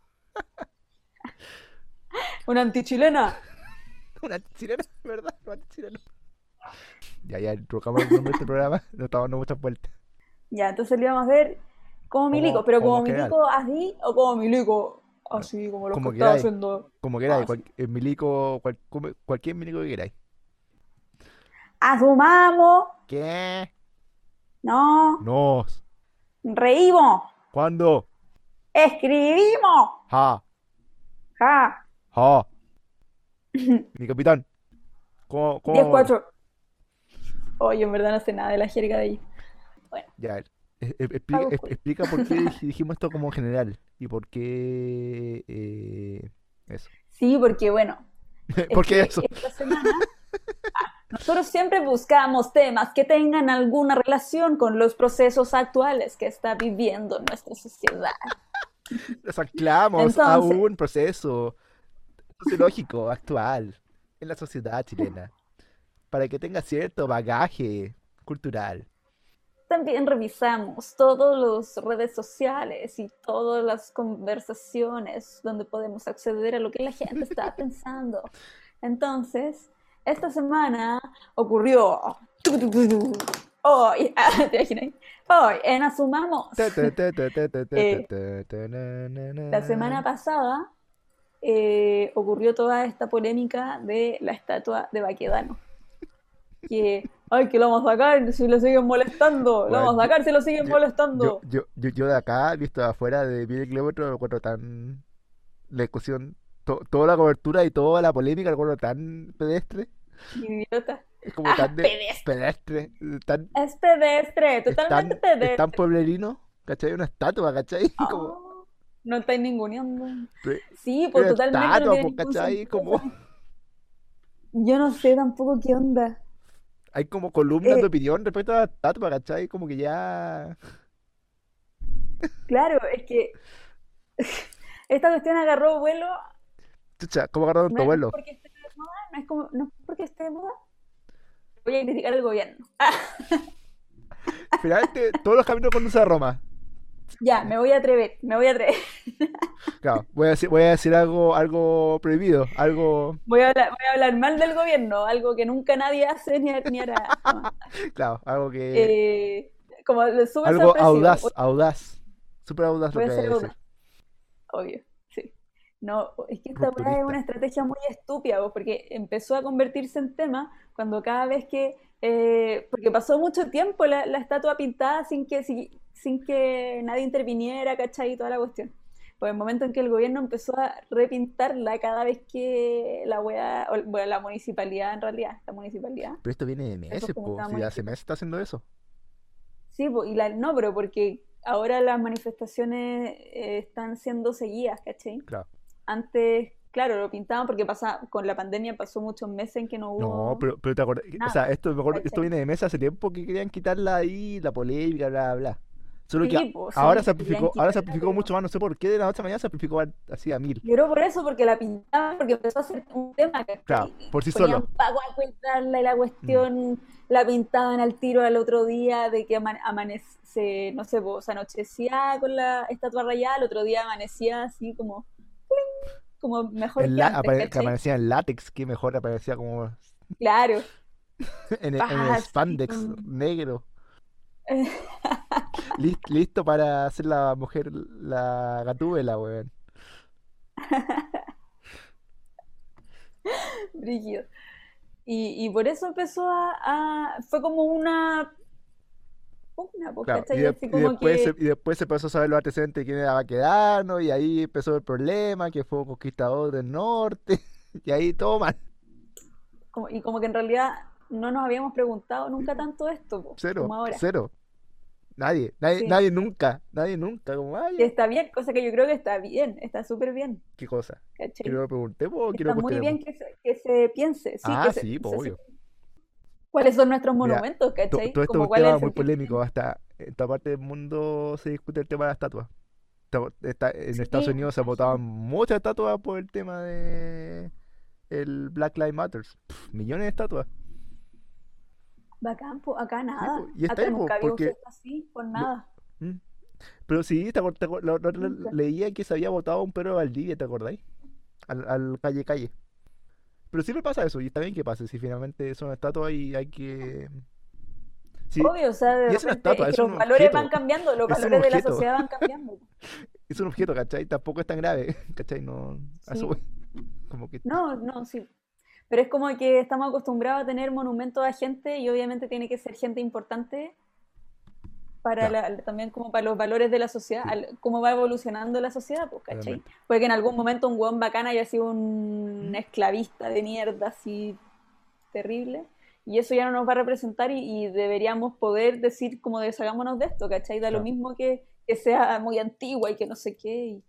Speaker 1: [laughs]
Speaker 2: Una antichilena.
Speaker 1: Una chilena, ¿verdad? Una chilena. Ya, ya, trocamos el nombre de este programa, nos estamos dando muchas vueltas.
Speaker 2: Ya, entonces le íbamos a ver como milico,
Speaker 1: Como,
Speaker 2: pero
Speaker 1: como
Speaker 2: como
Speaker 1: general,
Speaker 2: milico así o como milico
Speaker 1: no,
Speaker 2: así, como los que
Speaker 1: como
Speaker 2: estaba
Speaker 1: queráis,
Speaker 2: haciendo.
Speaker 1: como queráis,
Speaker 2: Ah, sí.
Speaker 1: cual- el milico, cual- come- cualquier milico que queráis.
Speaker 2: Asumamos,
Speaker 1: ¿Qué?
Speaker 2: no,
Speaker 1: Nos.
Speaker 2: reímos,
Speaker 1: ¿Cuándo?
Speaker 2: escribimos,
Speaker 1: Ja,
Speaker 2: ja, [laughs]
Speaker 1: ja. Mi capitán, ¿cómo, cómo?
Speaker 2: 10-4. Oye, en verdad no sé nada de la jerga de ellos. Bueno,
Speaker 1: Ya, e- e- explica,
Speaker 2: pago
Speaker 1: e-
Speaker 2: cool.
Speaker 1: explica por qué
Speaker 2: [laughs]
Speaker 1: dij- dijimos esto como general y por qué eh, [laughs] eso.
Speaker 2: Sí, porque bueno, es
Speaker 1: [laughs] ¿Por qué
Speaker 2: que
Speaker 1: eso?
Speaker 2: Este, esta semana nosotros siempre buscamos temas que tengan alguna relación con los procesos actuales que está viviendo nuestra sociedad.
Speaker 1: Nos anclamos a
Speaker 2: eh, Entonces,
Speaker 1: un proceso sociológico actual en la
Speaker 2: [laughs]
Speaker 1: sociedad chilena para que tenga cierto bagaje cultural.
Speaker 2: También revisamos todas las redes sociales y todas las conversaciones donde podemos acceder a lo que la
Speaker 1: [laughs]
Speaker 2: gente está pensando. Entonces, esta semana
Speaker 1: [laughs]
Speaker 2: ocurrió. Hoy, [laughs] ¿te imaginas? Hoy, en Asumamos.
Speaker 1: Ta, ta, ta, ta, ta, ta, ta,
Speaker 2: Eh,
Speaker 1: ta, ta, na, na, na.
Speaker 2: La semana pasada eh, ocurrió toda esta polémica de la estatua de Baquedano.
Speaker 1: [laughs]
Speaker 2: Que, ay, que lo vamos a sacar si lo siguen molestando. Lo
Speaker 1: Bueno,
Speaker 2: vamos a sacar si lo siguen
Speaker 1: yo-
Speaker 2: molestando.
Speaker 1: Yo, yo, yo, yo de acá, visto de afuera de Billy Globetrotter, lo encuentro tan. La discusión, to- toda la cobertura y toda la polémica, lo encuentro tan pedestre.
Speaker 2: Idiota.
Speaker 1: Es como
Speaker 2: Ah,
Speaker 1: tan de-
Speaker 2: pedestre.
Speaker 1: pedestre. Tan,
Speaker 2: Es pedestre,
Speaker 1: es tan,
Speaker 2: totalmente
Speaker 1: es
Speaker 2: pedestre.
Speaker 1: tan pueblerino, ¿cachai? Una estatua, ¿cachai? [laughs] Como,
Speaker 2: Oh, no estáis ninguneando.
Speaker 1: Pe-
Speaker 2: Sí, pues
Speaker 1: una
Speaker 2: totalmente no
Speaker 1: estatua,
Speaker 2: tiene
Speaker 1: pues,
Speaker 2: ningún
Speaker 1: ¿cachai?
Speaker 2: sentido.
Speaker 1: Como,
Speaker 2: Yo no sé tampoco qué onda.
Speaker 1: hay como columnas de
Speaker 2: Eh.
Speaker 1: opinión respecto a la estatua, ¿cachai? Como que ya.
Speaker 2: Claro, es
Speaker 1: [laughs]
Speaker 2: que esta cuestión agarró vuelo.
Speaker 1: Chucha, ¿cómo agarraron tu
Speaker 2: No es
Speaker 1: abuelo?
Speaker 2: porque esté de moda, no es, como, no es porque esté de moda. Voy a criticar al gobierno.
Speaker 1: Finalmente, todos los caminos conducen a Roma.
Speaker 2: Ya, me voy a atrever, me voy a atrever. [laughs]
Speaker 1: Claro, voy a decir, voy a decir algo, algo prohibido, algo.
Speaker 2: Voy a hablar, voy a hablar mal del gobierno, algo que nunca nadie hace ni,
Speaker 1: [laughs]
Speaker 2: ni hará. jamás.
Speaker 1: Claro, algo que.
Speaker 2: Eh, como lo sube
Speaker 1: Algo audaz, audaz. Súper audaz lo
Speaker 2: Voy
Speaker 1: que
Speaker 2: a
Speaker 1: voy a
Speaker 2: ser
Speaker 1: decir.
Speaker 2: audaz. Obvio, sí. No, es que esta weá es
Speaker 1: Rupturista.
Speaker 2: una estrategia muy estúpida, vos, porque empezó a convertirse en tema cuando cada vez que, eh, porque pasó mucho tiempo la, la estatua pintada sin que, si- sin que nadie interviniera, ¿cachai? Y toda la cuestión. Pues el momento en que el gobierno empezó a repintarla cada vez que la weá, o- bueno, la municipalidad en realidad, la municipalidad.
Speaker 1: Pero esto viene de
Speaker 2: Eso
Speaker 1: meses,
Speaker 2: es como
Speaker 1: po.
Speaker 2: una
Speaker 1: Si hace
Speaker 2: modificación.
Speaker 1: meses está haciendo eso.
Speaker 2: Sí, po, y la, no, pero porque ahora las manifestaciones eh, están siendo seguidas, ¿cachai?
Speaker 1: Claro.
Speaker 2: Antes, claro, lo pintaban porque pasa, con la pandemia pasó muchos meses en que no
Speaker 1: No,
Speaker 2: hubo
Speaker 1: pero, pero te acordás. O
Speaker 2: nada,
Speaker 1: sea, esto, me acuerdo- esto
Speaker 2: ¿cachai?
Speaker 1: viene de meses hace tiempo que querían quitarla ahí, la polémica, bla, bla. Solo que
Speaker 2: Sí, po, sí,
Speaker 1: ahora se
Speaker 2: querían
Speaker 1: amplificó, ahora se
Speaker 2: quitarla,
Speaker 1: amplificó
Speaker 2: pero-
Speaker 1: mucho más, no sé por qué, de la noche a la mañana se amplificó a- así a mil.
Speaker 2: Yo creo por eso, porque la pintaban, porque empezó a ser un tema, ¿cachai?
Speaker 1: Claro, por sí
Speaker 2: Ponían
Speaker 1: solo. Mm.
Speaker 2: pago a cuidarla y la cuestión la pintaban al tiro al otro día de que ama- amanece, no sé, pues, anochecía con la estatua rayada, el otro día amanecía así como, ¡pling! como mejor
Speaker 1: El
Speaker 2: que
Speaker 1: la-
Speaker 2: antes,
Speaker 1: apare- que
Speaker 2: ¿cachai?
Speaker 1: aparecía en látex, que mejor aparecía como [laughs]
Speaker 2: Claro. [laughs]
Speaker 1: en el, en el
Speaker 2: Ah, sí,
Speaker 1: spandex
Speaker 2: con- [laughs]
Speaker 1: negro. Lis- listo para hacer la mujer, la gatúbela, weón.
Speaker 2: Brígido. Y, y por eso empezó a, a- Fue como una pugna, pues,
Speaker 1: Claro, y,
Speaker 2: ¿cachai?
Speaker 1: de-
Speaker 2: Así
Speaker 1: y
Speaker 2: como
Speaker 1: después
Speaker 2: que.
Speaker 1: se, y después se pasó a saber los antecedentes de quién era Baquedano, y ahí empezó el problema, que fue un conquistador del norte, [laughs] y ahí todo mal,
Speaker 2: como- y como que en realidad no nos habíamos preguntado nunca tanto esto, po,
Speaker 1: cero,
Speaker 2: como ahora.
Speaker 1: cero. Nadie, nadie,
Speaker 2: Sí.
Speaker 1: nadie nunca, nadie nunca, como, ay,
Speaker 2: Que está bien, cosa que yo creo que está bien, está súper bien,
Speaker 1: qué cosa,
Speaker 2: ¿cachai?
Speaker 1: que no lo preguntemos, que lo
Speaker 2: Está muy
Speaker 1: cuestionemos.
Speaker 2: bien que se, que se piense, sí,
Speaker 1: Ah,
Speaker 2: que se,
Speaker 1: sí, pues,
Speaker 2: se-
Speaker 1: obvio.
Speaker 2: cuáles son nuestros
Speaker 1: Mira,
Speaker 2: monumentos,
Speaker 1: To-
Speaker 2: ¿cachai?
Speaker 1: todo esto es
Speaker 2: Como
Speaker 1: un
Speaker 2: cuál es
Speaker 1: tema
Speaker 2: el
Speaker 1: muy
Speaker 2: sentido.
Speaker 1: polémico, hasta en toda parte del mundo se discute el tema de la estatua. Esta- esta- en Estados
Speaker 2: Sí,
Speaker 1: Unidos se votaban muchas estatuas por el tema de el Black Lives Matter, Pff, millones de estatuas.
Speaker 2: bacán, po, acá nada,
Speaker 1: po, y está
Speaker 2: acá
Speaker 1: ahí, po,
Speaker 2: nunca había un
Speaker 1: porque
Speaker 2: gesto así, por nada,
Speaker 1: Mm. Pero sí, te acor- te acor- la- la otra vez
Speaker 2: nunca.
Speaker 1: leía que se había votado a un perro de Valdivia, ¿te acordáis? Al, al calle calle. Pero siempre pasa eso, y está bien que pase, si finalmente son estatuas y hay que... Sí,
Speaker 2: Obvio, o sea, de
Speaker 1: Y es una
Speaker 2: repente
Speaker 1: estatua,
Speaker 2: es
Speaker 1: es
Speaker 2: que
Speaker 1: un
Speaker 2: los valores
Speaker 1: objeto,
Speaker 2: van cambiando, los
Speaker 1: es un
Speaker 2: valores de la
Speaker 1: objeto.
Speaker 2: sociedad van cambiando.
Speaker 1: es un objeto, ¿cachai? Tampoco es tan grave, [laughs] ¿cachai? No... a eso
Speaker 2: Sí.
Speaker 1: voy. Como que... Ah,
Speaker 2: No, no, sí. Pero es como que estamos acostumbrados a tener monumentos a gente y obviamente tiene que ser gente importante para
Speaker 1: Claro.
Speaker 2: la- también como para los valores de la sociedad,
Speaker 1: Sí.
Speaker 2: al- cómo va evolucionando la sociedad, pues, ¿cachai?
Speaker 1: Totalmente.
Speaker 2: Puede que en algún momento un hueón bacana haya sido un esclavista de mierda así terrible y eso ya no nos va a representar y, y deberíamos poder decir como deshagámonos de esto, ¿cachai? Da
Speaker 1: Claro.
Speaker 2: lo mismo que, que sea muy antigua y que no sé qué y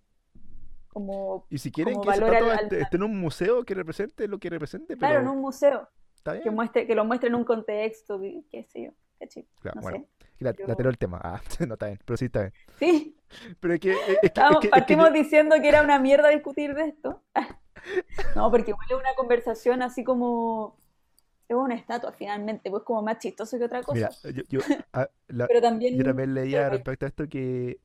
Speaker 2: como,
Speaker 1: Y si quieren
Speaker 2: como
Speaker 1: que esa
Speaker 2: valor al-
Speaker 1: estatua
Speaker 2: al-
Speaker 1: esté, esté en un museo que represente lo que represente,
Speaker 2: claro, en
Speaker 1: pero
Speaker 2: un museo.
Speaker 1: está
Speaker 2: que
Speaker 1: bien.
Speaker 2: muestre, que lo muestre en un contexto, que- qué sé yo, ¿cachai?
Speaker 1: Claro,
Speaker 2: No
Speaker 1: Ah, bueno,
Speaker 2: sé.
Speaker 1: la,
Speaker 2: pero-
Speaker 1: lateral el tema. Ah, [laughs] no está bien, pero sí está bien.
Speaker 2: Sí,
Speaker 1: Pero es que... Es que, es
Speaker 2: estábamos-
Speaker 1: que- es que
Speaker 2: partimos
Speaker 1: yo-
Speaker 2: diciendo que era una
Speaker 1: [laughs]
Speaker 2: mierda discutir de esto. No, porque igual es una conversación así como es una estatua finalmente, pues como más chistoso que otra cosa.
Speaker 1: Mira, yo, yo, a- la-
Speaker 2: [laughs] Pero
Speaker 1: yo
Speaker 2: también,
Speaker 1: también leía respecto a esto que,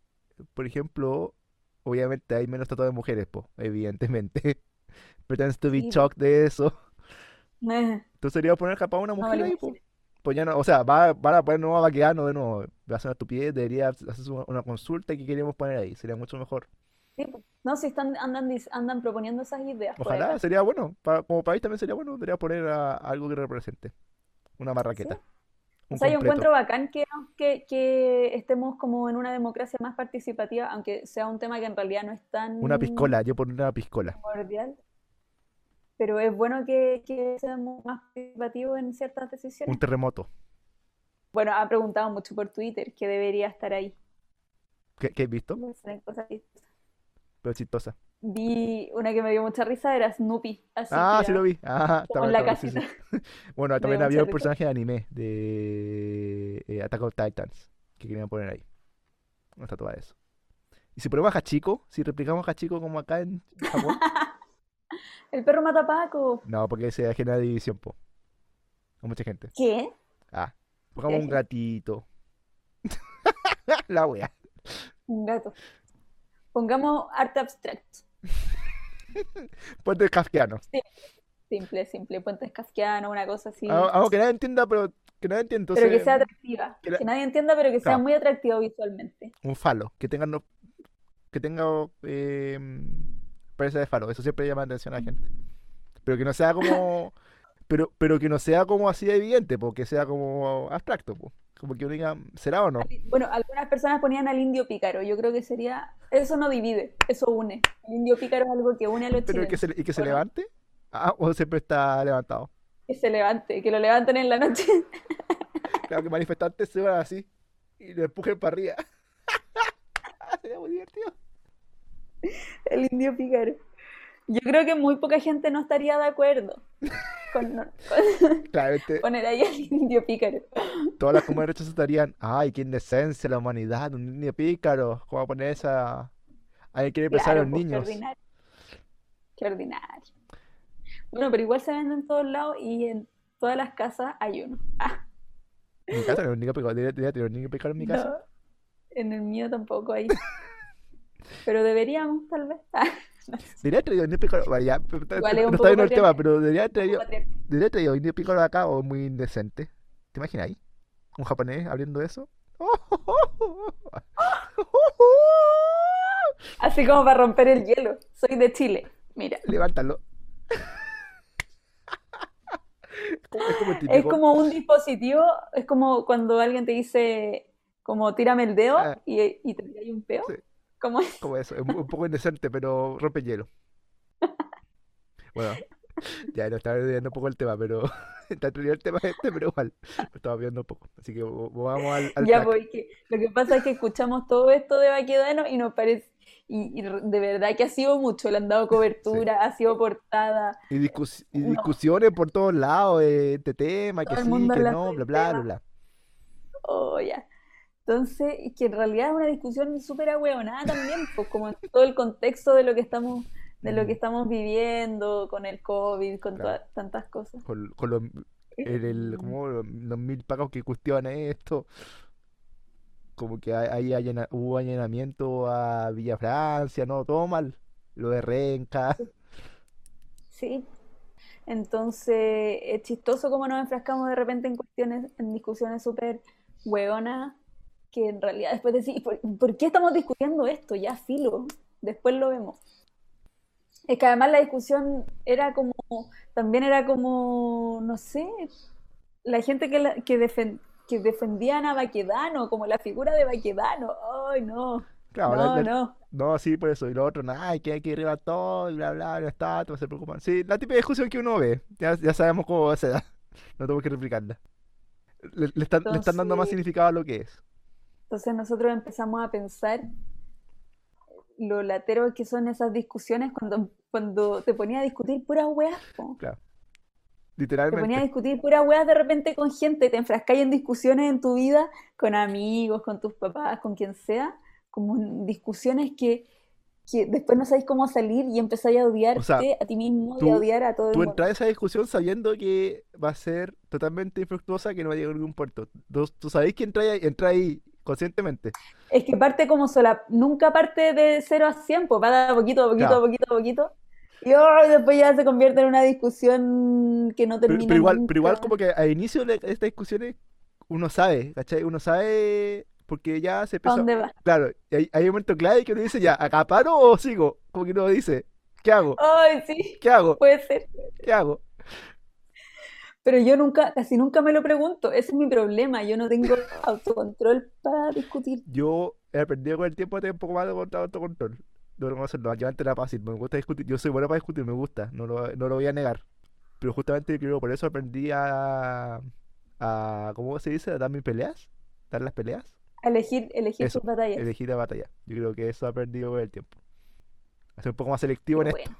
Speaker 1: por ejemplo, obviamente hay menos tatuajes de mujeres, po, evidentemente. [laughs] Pretends to be
Speaker 2: Sí, po.
Speaker 1: shocked de eso.
Speaker 2: eh,
Speaker 1: Entonces le iba a poner capaz a una
Speaker 2: no
Speaker 1: mujer
Speaker 2: me lo
Speaker 1: ahí, po.
Speaker 2: imagino.
Speaker 1: Pues ya no, o sea, va, van a poner nuevo a Baquedano de nuevo. Va a ser una estupidez, debería hacer una, una consulta que queremos poner ahí, sería mucho mejor.
Speaker 2: Sí, pues. no, si están, andan, dis- andan proponiendo esas ideas pues, por
Speaker 1: Ojalá,
Speaker 2: acá.
Speaker 1: sería bueno, para- como país también sería bueno, debería poner a- algo que represente. Una
Speaker 2: Sí.
Speaker 1: marraqueta,
Speaker 2: O
Speaker 1: un
Speaker 2: sea, yo
Speaker 1: completo.
Speaker 2: encuentro bacán que, que, que estemos como en una democracia más participativa, aunque sea un tema que en realidad no es tan
Speaker 1: Una piscola, yo pondría una piscola.
Speaker 2: primordial, pero es bueno que, que seamos más participativos en ciertas
Speaker 1: Un
Speaker 2: decisiones.
Speaker 1: terremoto.
Speaker 2: Bueno, ha preguntado mucho por Twitter que debería estar ahí.
Speaker 1: ¿Qué, qué has visto?
Speaker 2: Me salen cosas así.
Speaker 1: Pero chistosa.
Speaker 2: Vi una que me dio mucha risa, era Snoopy, así
Speaker 1: Ah, sí lo
Speaker 2: tirado
Speaker 1: vi. Ah, está
Speaker 2: como en
Speaker 1: bueno,
Speaker 2: la
Speaker 1: está bueno, sí, [laughs] sí.
Speaker 2: casita.
Speaker 1: Bueno,
Speaker 2: [laughs] Me
Speaker 1: también
Speaker 2: dio
Speaker 1: había
Speaker 2: mucha
Speaker 1: un
Speaker 2: risa.
Speaker 1: personaje de anime de eh, Attack on Titans que querían poner ahí. Una estatua de eso. Y si ponemos a Hachiko, si replicamos a Hachiko como acá en
Speaker 2: [laughs]
Speaker 1: Japón,
Speaker 2: El perro mata Paco.
Speaker 1: no, porque se genera división, po. A mucha gente.
Speaker 2: ¿Qué?
Speaker 1: Ah, pongamos un
Speaker 2: Ujú.
Speaker 1: gatito. [laughs] La wea.
Speaker 2: Un gato. Pongamos arte abstracto.
Speaker 1: Puentes kafkianos.
Speaker 2: Simple, simple. Puentes casquianos, una cosa así.
Speaker 1: Algo algo que nadie entienda, pero que nadie entienda.
Speaker 2: pero
Speaker 1: Ah,
Speaker 2: que
Speaker 1: Entonces,
Speaker 2: sea atractiva.
Speaker 1: que la-
Speaker 2: Que nadie entienda, pero que sea
Speaker 1: Claro.
Speaker 2: muy atractiva visualmente.
Speaker 1: un falo. Que tenga, no- que tenga eh, presa de falo. Eso siempre llama la atención a la gente. Pero que no sea
Speaker 2: [laughs]
Speaker 1: como. Pero, pero que no sea como así de evidente, porque sea como abstracto, po. Como que uno diga, ¿será o no?
Speaker 2: Bueno, algunas personas ponían al indio pícaro. Yo creo que sería. Eso no divide, eso une. El indio pícaro es algo que une a los
Speaker 1: Pero que
Speaker 2: chilenos.
Speaker 1: se, le- y que se
Speaker 2: ¿o no?
Speaker 1: levante. Ah, o siempre está levantado.
Speaker 2: Que se levante, que lo levanten en la noche. [laughs]
Speaker 1: Claro que manifestantes se van así y lo empujen para arriba. [laughs] Sería muy divertido.
Speaker 2: El indio pícaro. Yo creo que muy poca gente no estaría de acuerdo con, con
Speaker 1: Claramente,
Speaker 2: poner ahí al indio pícaro.
Speaker 1: todas las comunidades rechazas estarían, ay, qué indecencia la humanidad, un niño pícaro, ¿cómo va a poner esa... Alguien quiere pensar a
Speaker 2: Claro,
Speaker 1: los
Speaker 2: pues qué
Speaker 1: niños.
Speaker 2: ordinario. Qué ordinario. Bueno, pero igual se vende en todos lados y en todas las casas hay uno. Ah,
Speaker 1: En mi
Speaker 2: [laughs]
Speaker 1: casa no hay un niño pícaro, debería debería tener un niño pícaro en mi casa.
Speaker 2: no, en el mío tampoco
Speaker 1: [laughs]
Speaker 2: hay. Pero deberíamos, tal vez. Ah, no sé.
Speaker 1: Debería traer un niño pícaro, bueno, ya, [laughs] pero está-
Speaker 2: Igual es
Speaker 1: no
Speaker 2: un
Speaker 1: está
Speaker 2: poco
Speaker 1: bien el tema,
Speaker 2: patriarcal.
Speaker 1: pero debería traer,
Speaker 2: [laughs] un poco patriarcal.
Speaker 1: debería traer un niño pícaro acá o muy indecente. ¿Te imaginas ahí? ¿Un japonés abriendo eso? [laughs]
Speaker 2: Así como para romper el hielo. Soy de Chile. Mira,
Speaker 1: Levántalo. [laughs] Es como, es como
Speaker 2: es
Speaker 1: típico.
Speaker 2: como un dispositivo, es como cuando alguien te dice, como tírame el dedo
Speaker 1: Ah.
Speaker 2: y, y te tiráis un peo.
Speaker 1: Sí.
Speaker 2: Como [laughs]
Speaker 1: como eso, es un un poco indecente, pero rompe el hielo. Bueno, ya no estaba desviando un poco el tema, pero [laughs] está atrevido el tema este, pero igual lo estaba viendo un poco. Así que vo- vamos al, al
Speaker 2: Ya,
Speaker 1: track.
Speaker 2: porque lo que pasa es que escuchamos todo esto de Baquedano y nos parece, y, y de verdad que ha sido mucho, le han dado cobertura, ha sido portada,
Speaker 1: Y, discus- y
Speaker 2: No.
Speaker 1: discusiones por todos lados de este tema, que
Speaker 2: Todo el
Speaker 1: sí,
Speaker 2: mundo
Speaker 1: que
Speaker 2: hablando
Speaker 1: no, bla,
Speaker 2: del
Speaker 1: bla, bla,
Speaker 2: tema.
Speaker 1: bla.
Speaker 2: oh, ya. Entonces, y que en realidad es una discusión súper ahueonada también, pues como en todo el contexto de lo que estamos, de lo que
Speaker 1: Mm,
Speaker 2: estamos viviendo, con el COVID, con
Speaker 1: claro,
Speaker 2: todas tantas cosas.
Speaker 1: con, con los, el,
Speaker 2: Eh. [laughs]
Speaker 1: el- como los, los mil pagos que cuestionan esto, como que hay, hay allena- hubo allanamiento a Villa Francia, no, todo mal. Lo de Renca.
Speaker 2: Sí. Entonces, es chistoso cómo nos enfrascamos de repente en cuestiones, en discusiones súper hueonas, que en realidad después decís, ¿por, por qué estamos discutiendo esto? Ya filo, después lo vemos. Es que además la discusión era como, también era como, no sé, la gente que, la- que, defen- que defendían a Baquedano, como la figura de Baquedano. ¡Ay, no!
Speaker 1: [laughs] Claro, la- la-
Speaker 2: No, no.
Speaker 1: No, sí, por eso. Y lo otro, nada, hay que hay que derribar todo, y bla, bla, la estatua, se preocupan. Sí, la típica discusión que uno ve. Ya, ya sabemos cómo se da. [laughs] No tengo que replicarla. Le, le están, le están dando más
Speaker 2: Entonces,
Speaker 1: significado a lo que es.
Speaker 2: entonces nosotros empezamos a pensar. lo latero que son esas discusiones cuando, cuando te ponía a discutir puras weas, po.
Speaker 1: Claro.
Speaker 2: Te ponía a
Speaker 1: Literalmente.
Speaker 2: discutir puras weas de repente con gente, te enfrascáis en discusiones en tu vida, con amigos, con tus papás, con quien sea, como en discusiones que, que después no sabéis cómo salir y empezáis a odiarte
Speaker 1: O sea,
Speaker 2: a ti mismo y
Speaker 1: tú-
Speaker 2: a odiar a todo el
Speaker 1: Tú
Speaker 2: mundo.
Speaker 1: entras a esa discusión sabiendo que va a ser totalmente infructuosa, que no va a llegar a ningún puerto. Tú, tú sabés que entra ahí, entra ahí conscientemente.
Speaker 2: Es que parte como sola, nunca parte de 0 a 100, pues va de a poquito, a poquito,
Speaker 1: Claro.
Speaker 2: a poquito, a poquito. Y ¡ay! después ya se convierte en una discusión que no
Speaker 1: Pero,
Speaker 2: termina
Speaker 1: pero igual,
Speaker 2: nunca.
Speaker 1: pero igual como que al inicio de estas discusiones uno sabe, ¿cachai? Uno sabe porque ya se
Speaker 2: ¿A
Speaker 1: empezó...
Speaker 2: dónde va?
Speaker 1: Claro, y hay, hay un momento clave que uno dice ya, ¿acá paro o sigo? Como que uno dice, ¿qué hago?
Speaker 2: Ay, sí,
Speaker 1: ¿Qué hago?
Speaker 2: puede ser.
Speaker 1: ¿Qué hago?
Speaker 2: Pero yo nunca, casi nunca me lo pregunto. Ese es mi problema. Yo
Speaker 1: [laughs]
Speaker 2: no tengo autocontrol para discutir.
Speaker 1: Yo he aprendido con el tiempo a tener un poco más de con- autocontrol. Debo reconocerlo, yo antes era fácil, me gusta discutir, yo soy bueno para discutir, me gusta, no lo, no lo voy a negar. Pero justamente creo por eso aprendí a, a ¿cómo se dice? A dar mis peleas, dar las peleas,
Speaker 2: Elegir, elegir
Speaker 1: Eso,
Speaker 2: tus batallas.
Speaker 1: elegir la batalla. Yo creo que eso he aprendido con el tiempo. A ser un poco más
Speaker 2: Qué
Speaker 1: selectivo en esto.
Speaker 2: bueno.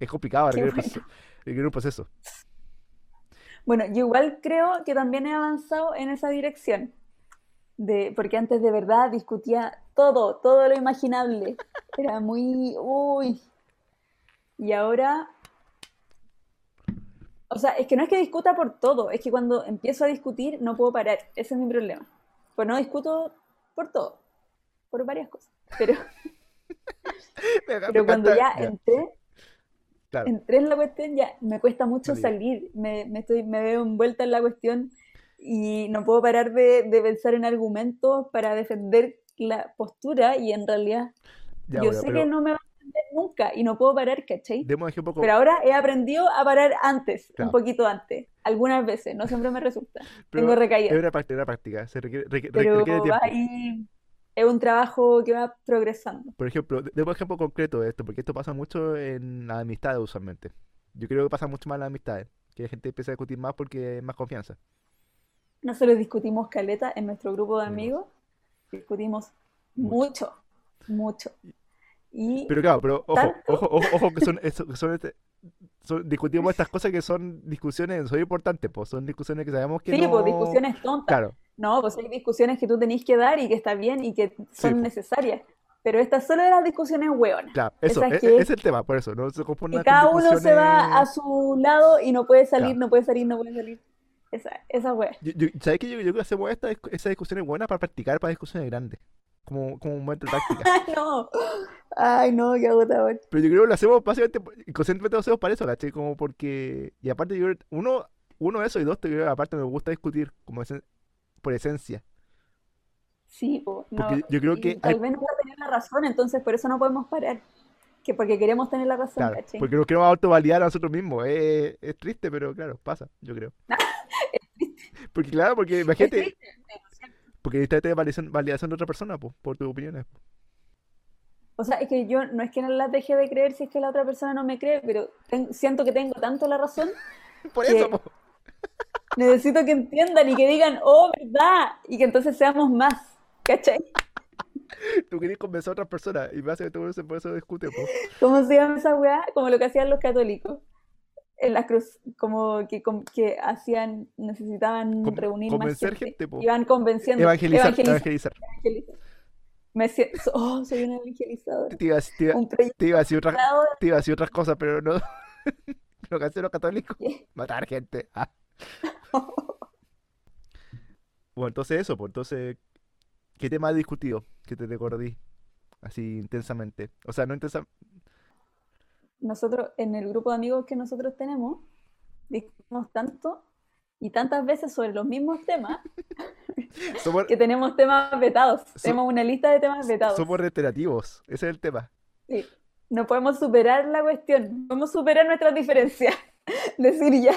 Speaker 1: Es complicado,
Speaker 2: Qué
Speaker 1: requiere un [laughs]
Speaker 2: bueno.
Speaker 1: proceso. requiere un proceso.
Speaker 2: Bueno, yo igual creo que también he avanzado en esa dirección, de, porque antes de verdad discutía todo, todo lo imaginable. Era muy, uy. Y ahora, o sea, es que no es que discuta por todo, es que cuando empiezo a discutir no puedo parar. Ese es mi problema. Pues no discuto por todo, por varias cosas. Pero,
Speaker 1: Me encanta-
Speaker 2: pero
Speaker 1: me
Speaker 2: cuando
Speaker 1: encanta-
Speaker 2: ya entré,
Speaker 1: claro.
Speaker 2: entré en la cuestión, ya me cuesta mucho
Speaker 1: Válida.
Speaker 2: salir, me, me estoy, me veo envuelta en la cuestión y no puedo parar de, de pensar en argumentos para defender la postura y en realidad
Speaker 1: Ya,
Speaker 2: yo
Speaker 1: bueno,
Speaker 2: sé
Speaker 1: pero
Speaker 2: que no me va a entender nunca y no puedo parar, ¿cachai?
Speaker 1: demos ejemplo con-
Speaker 2: Pero ahora he aprendido a parar antes,
Speaker 1: Claro.
Speaker 2: un poquito antes, algunas veces, no siempre me resulta,
Speaker 1: pero
Speaker 2: tengo
Speaker 1: es
Speaker 2: recaídas,
Speaker 1: una práctica, una práctica, se requiere, requiere-
Speaker 2: pero
Speaker 1: requiere tiempo.
Speaker 2: ahí es un trabajo que va progresando.
Speaker 1: Por ejemplo, de- demos ejemplo concreto de esto, porque esto pasa mucho en las amistades usualmente. Yo creo que pasa mucho más en las amistades, que la gente empieza a discutir más porque hay más confianza.
Speaker 2: Nosotros discutimos caleta en nuestro grupo de
Speaker 1: Amigos.
Speaker 2: amigos, discutimos
Speaker 1: Mucho.
Speaker 2: mucho, mucho. Y
Speaker 1: Pero claro, pero ojo,
Speaker 2: ¿Tanto?
Speaker 1: ojo, ojo, ojo que son, eso- que son, este- son- discutimos estas cosas que son discusiones, son importantes, pues son discusiones que sabemos que
Speaker 2: sí, pues
Speaker 1: no-
Speaker 2: discusiones tontas.
Speaker 1: Claro,
Speaker 2: No, pues hay discusiones que tú tenés que dar y que está bien y que son
Speaker 1: pues.
Speaker 2: necesarias. Pero estas solo eran las discusiones hueonas.
Speaker 1: claro, eso,
Speaker 2: Esas
Speaker 1: e-
Speaker 2: que-
Speaker 1: e- es el tema, por eso, no se
Speaker 2: Que
Speaker 1: confundan con
Speaker 2: cada uno se va a
Speaker 1: discusiones...
Speaker 2: su lado y no puede salir,
Speaker 1: Claro.
Speaker 2: no puede salir, no puede salir. Esa, esa hueá.
Speaker 1: Yo, yo- ¿sabes qué? Yo, yo creo que hacemos estas discu- esas discusiones buenas para practicar para discusiones grandes, como, como un momento de práctica.
Speaker 2: [laughs] Ay, [laughs] no. Ay, no, qué agotador.
Speaker 1: Pero yo creo que lo hacemos básicamente, por- inconscientemente lo hacemos para eso, ¿cachai? Como porque, y aparte yo, creo- uno, uno eso y dos, te creo, aparte me gusta discutir como esen- por esencia.
Speaker 2: Sí, po, no.
Speaker 1: Porque yo creo
Speaker 2: y
Speaker 1: que hay,
Speaker 2: tal vez no va a tener la razón, entonces por eso no podemos parar. Que porque queremos tener la razón,
Speaker 1: claro,
Speaker 2: ¿cachai?
Speaker 1: porque nos queremos autovalidar a nosotros mismos. eh, es triste, pero claro, pasa, yo
Speaker 2: [laughs]
Speaker 1: creo. Porque claro, porque
Speaker 2: Es
Speaker 1: imagínate,
Speaker 2: triste,
Speaker 1: porque necesitas validación, validación de otra persona, po, por tus opiniones. po.
Speaker 2: O sea, es que yo no es que no la deje de creer si es que la otra persona no me cree, pero ten- siento que tengo tanto la razón,
Speaker 1: Por
Speaker 2: Que-
Speaker 1: eso, po.
Speaker 2: necesito que entiendan y que digan, oh, verdad, y que entonces seamos más, ¿cachai?
Speaker 1: tú querés convencer a otras personas y básicamente por eso, por eso discute, po.
Speaker 2: ¿Cómo se llama esa weá? Como lo que hacían los católicos en las cruz, como que, com- que hacían, necesitaban
Speaker 1: Con-
Speaker 2: reunir más
Speaker 1: convencer
Speaker 2: gente,
Speaker 1: gente, po.
Speaker 2: iban convenciendo,
Speaker 1: Evangelizar,
Speaker 2: evangelizar,
Speaker 1: evangelizar.
Speaker 2: evangelizar. Me siento, oh, soy una evangelizadora,
Speaker 1: Te iba a- te iba-
Speaker 2: un proyecto
Speaker 1: te iba a decir otra,
Speaker 2: de
Speaker 1: te iba a decir otras cosas, pero no. [laughs] Lo que hacen los católicos, matar gente.
Speaker 2: [laughs]
Speaker 1: Ah. Bueno, entonces eso, pues entonces, ¿qué tema has discutido que te recordí así intensamente? O sea, no intensamente.
Speaker 2: nosotros, en el grupo de amigos que nosotros tenemos, discutimos tanto y tantas veces sobre los mismos temas
Speaker 1: Somos,
Speaker 2: que tenemos temas vetados. Tenemos una lista de temas vetados.
Speaker 1: somos reiterativos, ese es el tema.
Speaker 2: Sí. No podemos superar la cuestión, no podemos superar nuestras diferencias. [laughs] Decir ya,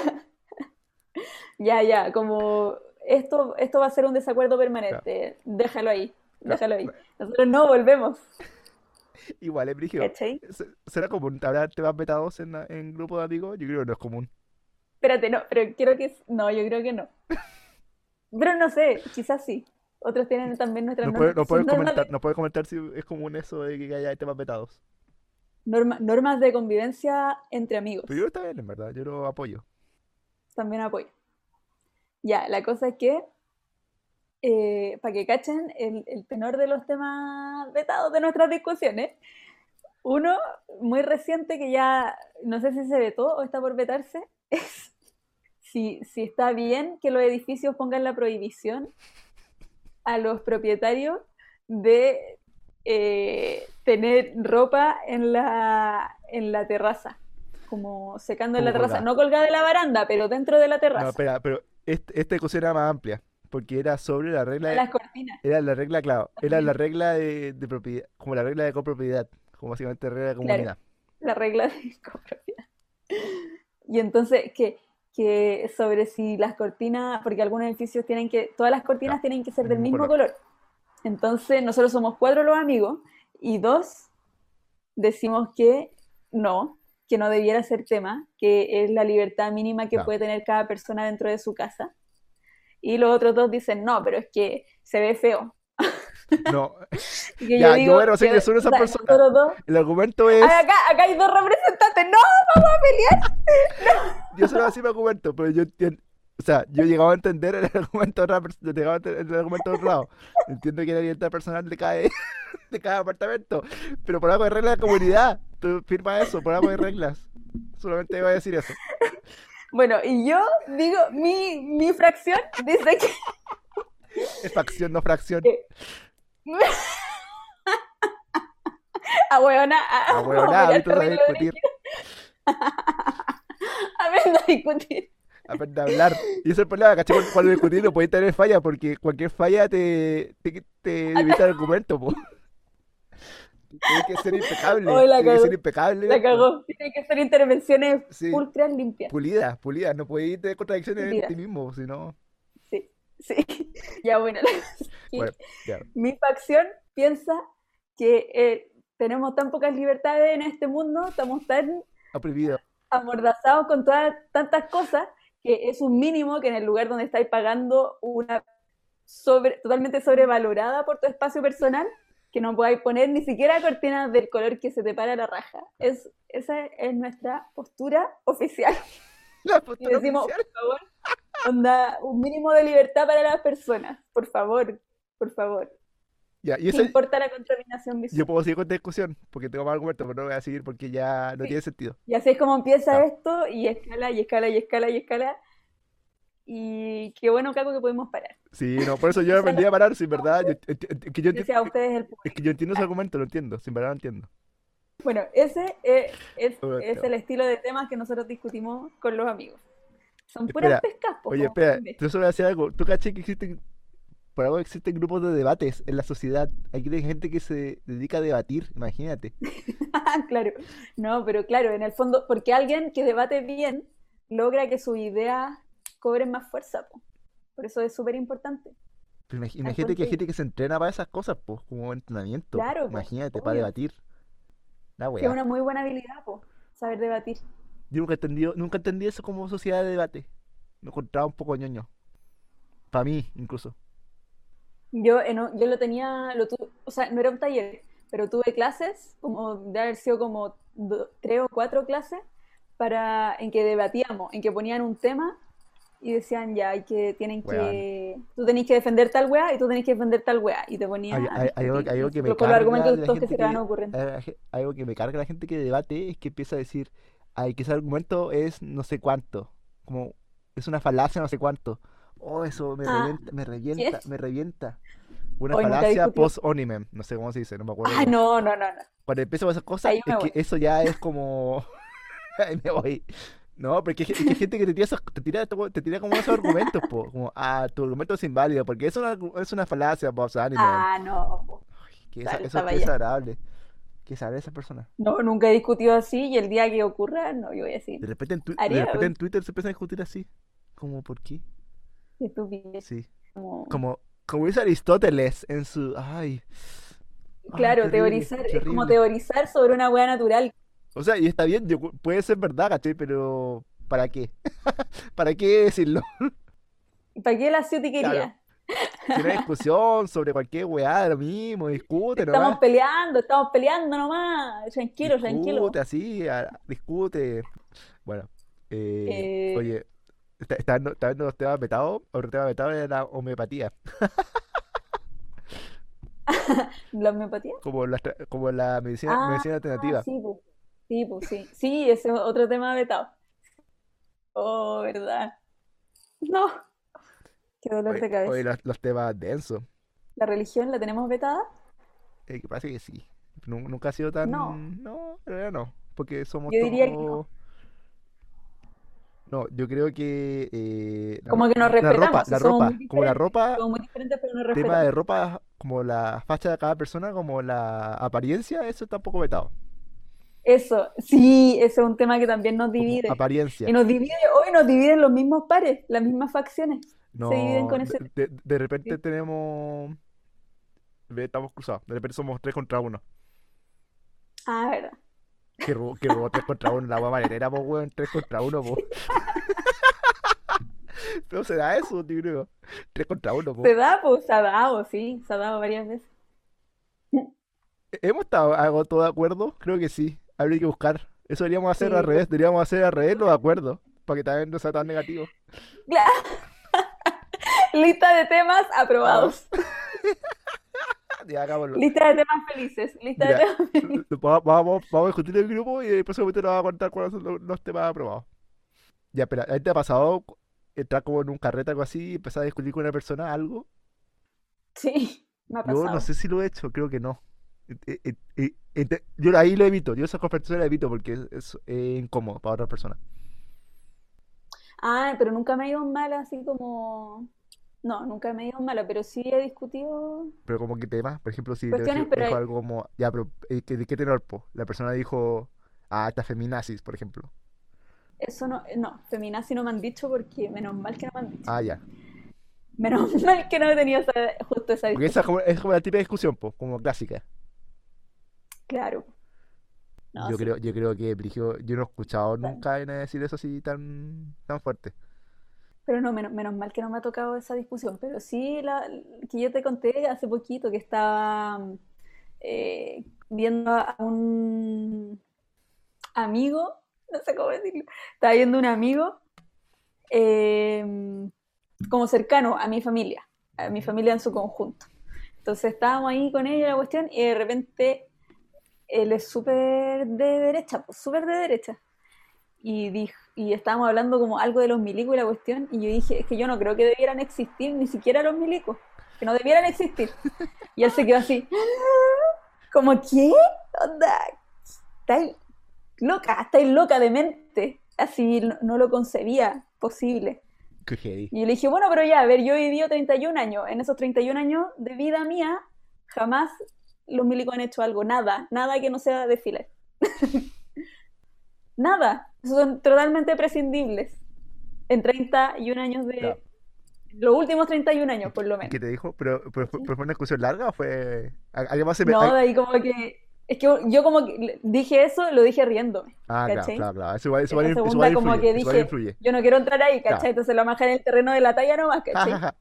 Speaker 2: ya, ya, como esto, esto va a ser un desacuerdo permanente, déjalo ahí,
Speaker 1: Claro.
Speaker 2: déjalo ahí. Nosotros no volvemos,
Speaker 1: [laughs] Igual, es brígido.
Speaker 2: ¿cachai?
Speaker 1: Se- ¿Será común hablar temas vetados en, la- en grupo de amigos? Yo creo que no es común.
Speaker 2: Espérate, no, pero quiero que... No, yo creo que no. Pero no sé, quizás sí. Otros tienen también nuestras
Speaker 1: Nos
Speaker 2: normas,
Speaker 1: puedes, nos
Speaker 2: son
Speaker 1: puedes
Speaker 2: normas,
Speaker 1: comentar, nos puedes comentar si es común eso de que haya temas vetados.
Speaker 2: norma- normas de convivencia entre amigos.
Speaker 1: Pero yo está bien, en verdad, yo lo apoyo.
Speaker 2: También apoyo. Ya, la cosa es que, eh, para que cachen el, el tenor de los temas vetados de nuestras discusiones, Uno muy reciente que ya no sé si se vetó o está por vetarse [laughs] es si, si está bien que los edificios pongan la prohibición a los propietarios de eh, tener ropa en la, en la terraza, como secando en
Speaker 1: Como
Speaker 2: la terraza,
Speaker 1: colgada.
Speaker 2: no colgada de la baranda, pero dentro de la
Speaker 1: No,
Speaker 2: terraza,
Speaker 1: espera, pero este- esta discusión era más amplia, porque era sobre la regla,
Speaker 2: las cortinas.
Speaker 1: era la regla, claro, era la regla de, de propiedad, como la regla de copropiedad, como básicamente regla de
Speaker 2: Claro.
Speaker 1: comunidad.
Speaker 2: la regla de [laughs] copropiedad. Y entonces, que, que sobre si las cortinas, porque algunos edificios tienen que, todas las cortinas
Speaker 1: Ya,
Speaker 2: tienen que ser
Speaker 1: del
Speaker 2: del
Speaker 1: mismo
Speaker 2: mismo color. Entonces, nosotros somos cuatro los amigos y dos decimos que no, que no debiera ser tema, que es la libertad mínima que
Speaker 1: Ya.
Speaker 2: puede tener cada persona dentro de su casa. Y los otros dos dicen, no, pero es que se ve feo.
Speaker 1: No, [laughs]
Speaker 2: Y que
Speaker 1: Ya, yo
Speaker 2: digo
Speaker 1: bueno, sí que son
Speaker 2: o
Speaker 1: esas
Speaker 2: sea,
Speaker 1: personas.
Speaker 2: nosotros dos-
Speaker 1: el argumento es,
Speaker 2: Ah, acá, acá hay dos representantes. ¡No! ¡Vamos a pelear!
Speaker 1: yo solo hacía mi argumento, pero yo entiendo, o sea, yo llegaba a entender el [laughs] argumento de otra pers- yo llegaba a entender el argumento de otro lado. Entiendo que la libertad personal de cada, [laughs] de cada apartamento, pero por algo de regla de comunidad, tú firma eso, por algo de reglas. Solamente iba a decir eso.
Speaker 2: Bueno, y yo digo, mi, mi fracción dice que [laughs]
Speaker 1: Es facción, no fracción.
Speaker 2: Eh, a huevona, [laughs] a,
Speaker 1: Ah, bueno, nada, ahorita
Speaker 2: a
Speaker 1: sabes
Speaker 2: pelear terrible,
Speaker 1: discutir.
Speaker 2: a ver, no discutir.
Speaker 1: aprende a hablar. Y ese es el problema, ¿cachai? Cuando- Cuando discutir no podéis tener falla, porque cualquier falla te, te, te
Speaker 2: Ah,
Speaker 1: debilita el argumento, po. Tienes que ser impecable.
Speaker 2: Hoy la
Speaker 1: Tienes que ser
Speaker 2: cagó,
Speaker 1: impecable.
Speaker 2: La cagó. Tiene que hacer intervenciones
Speaker 1: Sí,
Speaker 2: pulcras limpias.
Speaker 1: pulida, pulida. No podéis tener contradicciones en
Speaker 2: Pulida.
Speaker 1: ti mismo, si no.
Speaker 2: Sí, sí. [laughs] Ya, bueno. la cosa es que
Speaker 1: Bueno, ya.
Speaker 2: Mi facción piensa que eh, tenemos tan pocas libertades en este mundo, estamos tan
Speaker 1: Ha prohibido.
Speaker 2: amordazados con todas tantas cosas que es un mínimo que en el lugar donde estáis pagando una sobre, totalmente sobrevalorada por tu espacio personal, que no podáis poner ni siquiera cortinas del color que se te para la raja. Es, esa es nuestra postura
Speaker 1: [laughs]
Speaker 2: oficial.
Speaker 1: [laughs] La
Speaker 2: Y
Speaker 1: postura
Speaker 2: decimos,
Speaker 1: oficial.
Speaker 2: por favor, onda, un mínimo de libertad para las personas. Por favor, por favor.
Speaker 1: Ya, y
Speaker 2: ¿Qué
Speaker 1: ese,
Speaker 2: importa la contaminación
Speaker 1: yo
Speaker 2: visual?
Speaker 1: puedo seguir con esta discusión, porque tengo más argumentos, pero no voy a seguir porque ya no
Speaker 2: Sí.
Speaker 1: tiene sentido.
Speaker 2: Y así es como empieza
Speaker 1: Ya.
Speaker 2: esto, y escala, y escala, y escala, y escala. Y qué bueno, Caco, que podemos parar.
Speaker 1: Sí, no, por eso yo
Speaker 2: [laughs] Esa
Speaker 1: aprendí a parar, sin verdad. yo- es que yo, enti-
Speaker 2: Gracias a ustedes el público.
Speaker 1: es que yo entiendo ese argumento, lo entiendo, sin verdad lo entiendo.
Speaker 2: Bueno, ese eh, es,
Speaker 1: Sobre
Speaker 2: es
Speaker 1: todo.
Speaker 2: el estilo de temas que nosotros discutimos con los amigos. Son puras
Speaker 1: Espera,
Speaker 2: pescas, po,
Speaker 1: Oye,
Speaker 2: como
Speaker 1: espera,
Speaker 2: pueden ver.
Speaker 1: yo solo voy a decir algo. ¿Tú caché que existen, por algo existen grupos de debates en la sociedad? Hay gente que se dedica a debatir, imagínate.
Speaker 2: [laughs] Ah, claro. No, pero claro, en el fondo, porque alguien que debate bien logra que sus ideas cobren más fuerza, po. Por eso es súper importante.
Speaker 1: Pero imagi- imagínate que hay
Speaker 2: sí.
Speaker 1: gente que se entrena para esas cosas, pues, como entrenamiento.
Speaker 2: Claro, po,
Speaker 1: Imagínate, para
Speaker 2: obvio.
Speaker 1: debatir. La
Speaker 2: Que es
Speaker 1: weá.
Speaker 2: una muy buena habilidad, po, saber debatir.
Speaker 1: Yo nunca entendí, nunca entendí eso como sociedad de debate. Lo encontraba un poco ñoño. Para mí, incluso.
Speaker 2: Yo, en un- yo lo tenía, lo tu- o sea, no era un taller, pero tuve clases, como de haber sido como do- tres o cuatro clases, para, en que debatíamos, en que ponían un tema y decían, ya, hay que, tienen que, tú tenés que defender tal weá y tú tenés que defender tal weá, y te ponían
Speaker 1: Hay-
Speaker 2: a
Speaker 1: hay- hay algo-
Speaker 2: discutir,
Speaker 1: hay algo que me
Speaker 2: con los argumentos
Speaker 1: carga de la
Speaker 2: todos que
Speaker 1: gente
Speaker 2: se te van
Speaker 1: que- [laughs]
Speaker 2: ocurriendo.
Speaker 1: Eh, je- Algo que me carga la gente que debate es que empieza a decir, ay, que ese argumento es no sé cuánto, como es una falacia no sé cuánto. Oh, eso me
Speaker 2: Ah,
Speaker 1: revienta, me revienta,
Speaker 2: es.
Speaker 1: me revienta. Una
Speaker 2: Hoy nunca
Speaker 1: falacia
Speaker 2: discutí.
Speaker 1: post-onimem, no sé cómo se dice, no me acuerdo.
Speaker 2: Ah, no, no, no, no.
Speaker 1: Cuando empiezo con esas cosas,
Speaker 2: Ahí yo
Speaker 1: es
Speaker 2: me
Speaker 1: que eso ya es como... [laughs] Ahí me voy. No, porque es que, es que hay gente que te tira, esos- te tira, te tira como esos argumentos, po. Como, ah, tu argumento es inválido, porque es una, es una falacia post-onimem.
Speaker 2: Ah, no, po.
Speaker 1: Que esa-
Speaker 2: Sal,
Speaker 1: eso
Speaker 2: pa'
Speaker 1: es
Speaker 2: allá.
Speaker 1: desagradable. Que sabe esa persona.
Speaker 2: no, nunca he discutido así y el día que ocurra, no, yo voy a decir,
Speaker 1: De repente en, Twi- de
Speaker 2: Haría,
Speaker 1: repente
Speaker 2: güey.
Speaker 1: en Twitter se empiezan a discutir así. Como, ¿por qué?
Speaker 2: qué estupidez,
Speaker 1: Sí.
Speaker 2: como-
Speaker 1: Como, como dice Aristóteles en su... Ay. ay,
Speaker 2: Claro,
Speaker 1: Ah, terrible,
Speaker 2: teorizar, es como
Speaker 1: terrible.
Speaker 2: teorizar sobre una hueá natural.
Speaker 1: O sea, y está bien, yo- puede ser verdad, ¿cachai? Pero, ¿para qué? [laughs] ¿Para qué
Speaker 2: [laughs]
Speaker 1: decirlo?
Speaker 2: ¿Y para qué la ciutiquería?
Speaker 1: Claro, Si una discusión sobre cualquier weá, lo mismo, discute
Speaker 2: Estamos
Speaker 1: nomás.
Speaker 2: peleando, estamos peleando nomás. Tranquilo, tranquilo.
Speaker 1: Discute así, a- discute. Bueno, eh,
Speaker 2: Eh,
Speaker 1: oye, está, está, dando- está dando los temas vetados. Otro tema vetado era la homeopatía.
Speaker 2: ¿La homeopatía?
Speaker 1: Como la, tra- como la medicina,
Speaker 2: Ah,
Speaker 1: medicina alternativa.
Speaker 2: sí, pues. Sí, pues, sí. Sí, ese es otro tema vetado. Oh, ¿verdad? No. Qué dolor
Speaker 1: Oye,
Speaker 2: de cabeza.
Speaker 1: oye, los, los temas densos.
Speaker 2: ¿La religión la tenemos vetada?
Speaker 1: Eh, que parece que sí. Nu- nunca ha sido tan.
Speaker 2: No.
Speaker 1: No, en realidad no. Porque somos
Speaker 2: Yo diría que no.
Speaker 1: todos. No, yo creo que. eh, la,
Speaker 2: Como que nos
Speaker 1: ro- la ropa,
Speaker 2: respetamos, si
Speaker 1: la
Speaker 2: somos
Speaker 1: ropa.
Speaker 2: muy
Speaker 1: Como la
Speaker 2: diferentes.
Speaker 1: ropa,
Speaker 2: Somos muy diferentes, pero nos
Speaker 1: Ah. tema
Speaker 2: respetamos.
Speaker 1: de ropa, como la facha de cada persona, como la apariencia, eso está un poco vetado.
Speaker 2: Eso, sí, ese es un tema que también nos
Speaker 1: Como
Speaker 2: divide.
Speaker 1: apariencia.
Speaker 2: Y nos divide, hoy nos dividen los mismos pares, las mismas facciones. Se dividen
Speaker 1: No,
Speaker 2: con ese
Speaker 1: de, de- de repente
Speaker 2: Sí.
Speaker 1: tenemos. ve, Estamos cruzados. De repente somos tres contra uno.
Speaker 2: Ah, verdad.
Speaker 1: Que robó, que robó tres contra uno, la agua marinera, po, weón. Tres contra uno, [laughs] po. No se da eso, yo creo. Tres contra uno, po.
Speaker 2: Se da, pues, se ha dado, sí, se ha dado varias veces.
Speaker 1: ¿Hemos estado algo todo de acuerdo? Creo que sí. Habría que buscar. Eso deberíamos hacer al
Speaker 2: Sí,
Speaker 1: revés. Deberíamos hacer al revés los acuerdos. Para que también no sea tan negativo.
Speaker 2: Claro. Lista de temas aprobados.
Speaker 1: [laughs] Ya hagámoslo.
Speaker 2: Lista de temas felices. Lista de
Speaker 1: Mira,
Speaker 2: temas
Speaker 1: l- l- va- vamos, vamos a discutir el grupo y el próximo momento nos va a contar cuáles son los, los temas aprobados. Ya, espera, ¿a ti te ha pasado cu- entrar como en un carrete o algo así y empezar a discutir con una persona algo?
Speaker 2: [laughs] Sí, me ha
Speaker 1: Yo no
Speaker 2: pasado.
Speaker 1: sé si lo he hecho, creo que no. Eh, eh, eh, ente- Yo ahí lo evito, yo esas conversaciones las evito porque es, es, eh, incómodo para otras personas.
Speaker 2: Ah, pero nunca me ha ido mal así como... No, nunca me ha ido mal, pero sí he discutido
Speaker 1: Pero como que temas, por ejemplo, si te
Speaker 2: cuestiones,
Speaker 1: dijo
Speaker 2: pero
Speaker 1: dijo
Speaker 2: hay-
Speaker 1: algo como, ya, pero eh, ¿qué- ¿de qué tenor, po? La persona dijo, ah, estas feminazis, por ejemplo.
Speaker 2: eso no, no, feminazi no me han dicho porque menos mal que no me han dicho.
Speaker 1: Ah, ya.
Speaker 2: Menos [laughs] mal que no he tenido esa- justo esa
Speaker 1: Porque esa es
Speaker 2: discusión.
Speaker 1: como, es como la típica discusión, po, como clásica.
Speaker 2: Claro. No,
Speaker 1: Yo
Speaker 2: sí.
Speaker 1: creo, yo creo que Brigio, yo no he escuchado
Speaker 2: tan-
Speaker 1: nunca a nadie decir eso así tan, tan fuerte.
Speaker 2: Pero no, menos, menos mal que no me ha tocado esa discusión. Pero sí, la, que yo te conté hace poquito que estaba eh, viendo a un amigo, no sé cómo decirlo, estaba viendo a un amigo eh, como cercano a mi familia, a mi familia en su conjunto. Entonces estábamos ahí con ella la cuestión y de repente él es súper de derecha, pues, súper de derecha. Y, dij- y estábamos hablando como algo de los milicos y la cuestión, y yo dije, es que yo no creo que debieran existir ni siquiera los milicos, que no debieran existir. Y él se quedó así, "Ah, como, ¿qué? Onda, estáis loca, estáis loca de mente. Así no, no lo concebía posible.
Speaker 1: Qué heavy.
Speaker 2: Y yo le dije, bueno, pero ya, a ver, yo he vivido 31 años. En esos 31 años de vida mía, jamás los milicos han hecho algo, nada, nada que no sea desfilar. [laughs] Nada. Son totalmente prescindibles. En 31 años
Speaker 1: Ya.
Speaker 2: de. Los últimos 31 años, por lo
Speaker 1: ¿Y
Speaker 2: menos.
Speaker 1: qué te dijo? ¿Pero, pero, fue pero fue una discusión larga o fue...? ¿Al- ¿Alguien más se me...?
Speaker 2: No,
Speaker 1: al-
Speaker 2: de ahí como que. Es que yo como que le- dije eso, lo dije riéndome,
Speaker 1: Ah, claro,
Speaker 2: ¿cachai?
Speaker 1: claro, claro. Eso igual, eso
Speaker 2: En la
Speaker 1: igual, eso igual
Speaker 2: segunda como
Speaker 1: influye. Eso
Speaker 2: que
Speaker 1: igual
Speaker 2: dije,
Speaker 1: influye.
Speaker 2: yo no quiero entrar ahí,
Speaker 1: Claro.
Speaker 2: ¿cachai? Entonces lo majé en el terreno de la talla nomás,
Speaker 1: Ja, ja,
Speaker 2: ¿cachai?
Speaker 1: ja.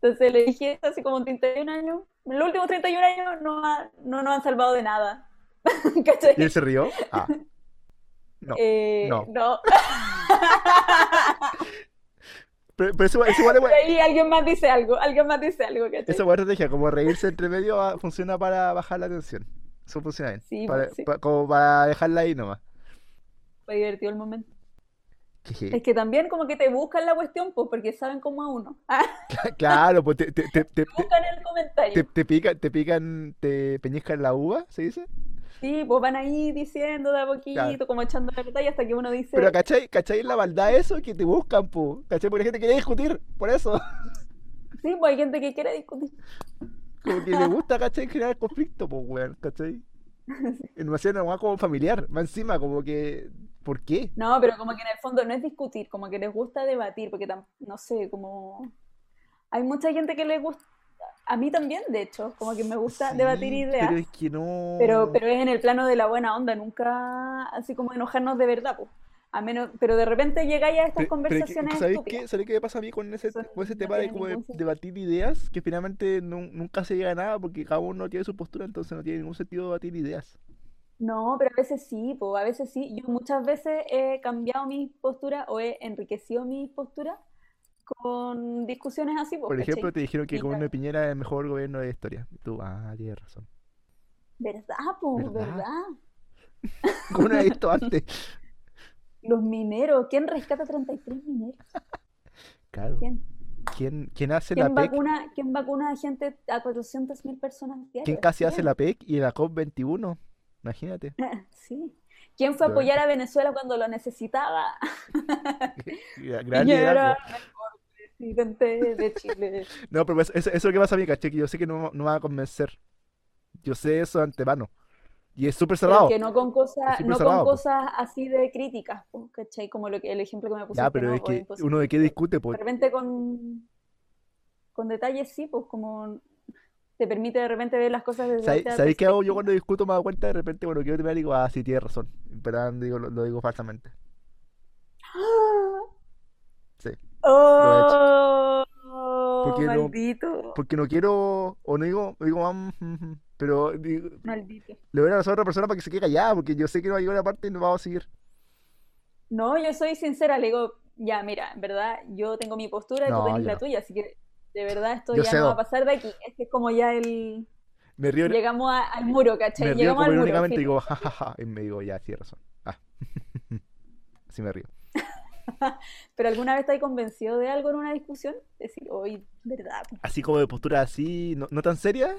Speaker 2: Entonces le dije, así como 31 años, en los últimos 31 años no, ha- no nos han salvado de nada. [laughs]
Speaker 1: ¿Y él
Speaker 2: ¿Cachai?
Speaker 1: se rió?
Speaker 2: [laughs]
Speaker 1: Ah, no,
Speaker 2: Eh,
Speaker 1: no.
Speaker 2: no.
Speaker 1: Pero, pero eso, igual- eso igual
Speaker 2: [laughs]
Speaker 1: es
Speaker 2: Por
Speaker 1: buena,
Speaker 2: ahí alguien más dice algo, alguien más dice algo,
Speaker 1: esa
Speaker 2: ¿cachai?
Speaker 1: es buena estrategia, como reírse entre medio ah, funciona para bajar la tensión. Eso funciona bien.
Speaker 2: Sí, pues,
Speaker 1: Para-
Speaker 2: sí,
Speaker 1: pa- como para dejarla ahí nomás.
Speaker 2: fue divertido el momento.
Speaker 1: Qué
Speaker 2: Es [laughs]
Speaker 1: heavy.
Speaker 2: que también como que te buscan la cuestión, pues, porque saben cómo a uno. [laughs] Ah,
Speaker 1: Claro, pues te, te, te, te,
Speaker 2: [laughs]
Speaker 1: te,
Speaker 2: buscan el
Speaker 1: te-
Speaker 2: comentario.
Speaker 1: te pican, te pican, te peñizcan la uva, ¿se dice?
Speaker 2: Sí, pues van ahí diciendo de a
Speaker 1: Claro.
Speaker 2: poquito, como echando la batalla hasta que uno
Speaker 1: Pero
Speaker 2: dice,
Speaker 1: ¿cachai? ¿Cachai la maldad eso que te buscan, po? ¿Cachai? Porque la gente quiere discutir, por eso.
Speaker 2: sí, pues hay gente que quiere discutir.
Speaker 1: Como que le gusta, ¿cachai? Generar conflicto, pues, weón,
Speaker 2: [laughs]
Speaker 1: ¿cachai? En una escena más como familiar, más encima, como que, ¿por qué?
Speaker 2: No, pero como que en el fondo no es discutir, como que les gusta debatir, porque tam- no sé, como hay mucha gente que les gusta, a mí también, de hecho, como que me gusta debatir
Speaker 1: Sí,
Speaker 2: ideas,
Speaker 1: pero es que
Speaker 2: pero,
Speaker 1: no.
Speaker 2: pero es en el plano de la buena onda, nunca así como enojarnos de verdad, pues. A menos, pero de repente llegáis a
Speaker 1: Pero,
Speaker 2: estas
Speaker 1: pero que-
Speaker 2: conversaciones
Speaker 1: ¿sabéis
Speaker 2: estúpidas,
Speaker 1: qué? ¿Sabéis qué me pasa a mí con ese,
Speaker 2: eso
Speaker 1: con ese
Speaker 2: no
Speaker 1: tema de
Speaker 2: tiene
Speaker 1: como de
Speaker 2: ningún sentido.
Speaker 1: debatir ideas? Que finalmente nun- nunca se llega a nada porque cada uno tiene su postura, entonces no tiene ningún sentido debatir ideas.
Speaker 2: No, pero a veces sí, po, a veces sí. Yo muchas veces he cambiado mi postura o he enriquecido mi postura con discusiones así, pues,
Speaker 1: Por ejemplo,
Speaker 2: ¿cachai?
Speaker 1: te dijeron que
Speaker 2: Y
Speaker 1: Gobierno
Speaker 2: claro,
Speaker 1: de Piñera es el mejor gobierno de la historia. Y Tú, ah, tienes razón. [laughs]
Speaker 2: ¿verdad, pues,
Speaker 1: ¿Verdad?
Speaker 2: ¿Verdad?
Speaker 1: ¿Cómo no he visto
Speaker 2: [laughs]
Speaker 1: antes?
Speaker 2: Los mineros, ¿quién rescata 33 mineros?
Speaker 1: Claro.
Speaker 2: ¿Quién?
Speaker 1: ¿Quién, quién hace la
Speaker 2: ¿Quién
Speaker 1: PEC?
Speaker 2: vacuna, quién vacuna a gente a 400.000 personas
Speaker 1: ¿Quién
Speaker 2: diarias?
Speaker 1: casi hace
Speaker 2: ¿Quién?
Speaker 1: la PEC y la COP21? Imagínate.
Speaker 2: [laughs] Sí. ¿Quién fue a
Speaker 1: Ya.
Speaker 2: apoyar a Venezuela cuando lo necesitaba?
Speaker 1: Gran
Speaker 2: [laughs] Piñera,
Speaker 1: liderazgo.
Speaker 2: presidente de Chile.
Speaker 1: No, pero pues, eso, eso es lo que pasa a mí, caché, que yo sé que no, no me va a convencer. Yo sé eso de antemano. Y es súper
Speaker 2: Pero
Speaker 1: cerrado.
Speaker 2: que no con
Speaker 1: Es
Speaker 2: cosas,
Speaker 1: súper
Speaker 2: no con
Speaker 1: cerrado, po.
Speaker 2: cosas así de críticas, po, ¿cachai? Como lo que, el ejemplo que me
Speaker 1: Ya,
Speaker 2: pusiste,
Speaker 1: pero
Speaker 2: no,
Speaker 1: es
Speaker 2: pues
Speaker 1: que uno de
Speaker 2: imposible.
Speaker 1: qué discute,
Speaker 2: De
Speaker 1: pues.
Speaker 2: repente con, con detalles sí, pues como te permite de repente ver las cosas desde
Speaker 1: ¿Sabéis
Speaker 2: otra
Speaker 1: sabéis qué hago yo
Speaker 2: perspectiva.
Speaker 1: cuando discuto? Me doy cuenta de repente cuando quiero terminar digo, ah, sí, tienes razón. Pero digo, lo, lo digo falsamente.
Speaker 2: ¡Ah!
Speaker 1: Sí.
Speaker 2: ¡Oh!
Speaker 1: Porque no-
Speaker 2: maldito,
Speaker 1: Porque no quiero, o no digo, digo, ah, mm, mm, mm, pero digo,
Speaker 2: maldito.
Speaker 1: le voy a razón a otra persona para que se quede callada, porque yo sé que no va a llegar a la parte y no vamos a seguir.
Speaker 2: No, yo soy sincera, le digo, ya, mira, en verdad, yo tengo mi postura y tú
Speaker 1: No,
Speaker 2: tenés
Speaker 1: yo
Speaker 2: la
Speaker 1: no.
Speaker 2: tuya, así que de verdad esto
Speaker 1: Yo
Speaker 2: ya no va a
Speaker 1: cedo.
Speaker 2: pasar de aquí. Este es como ya el...
Speaker 1: Me río,
Speaker 2: Llegamos a- al muro, ¿cachai?
Speaker 1: me río como
Speaker 2: Llegamos al muro,
Speaker 1: irónicamente y
Speaker 2: filo.
Speaker 1: digo, jajaja, y me digo, ya, tienes razón. Ah, [laughs] sí me río.
Speaker 2: Pero ¿alguna vez estáis convencido de algo en una discusión? Decir, hoy, ¿verdad? po?
Speaker 1: Así como de postura así, no, no tan seria,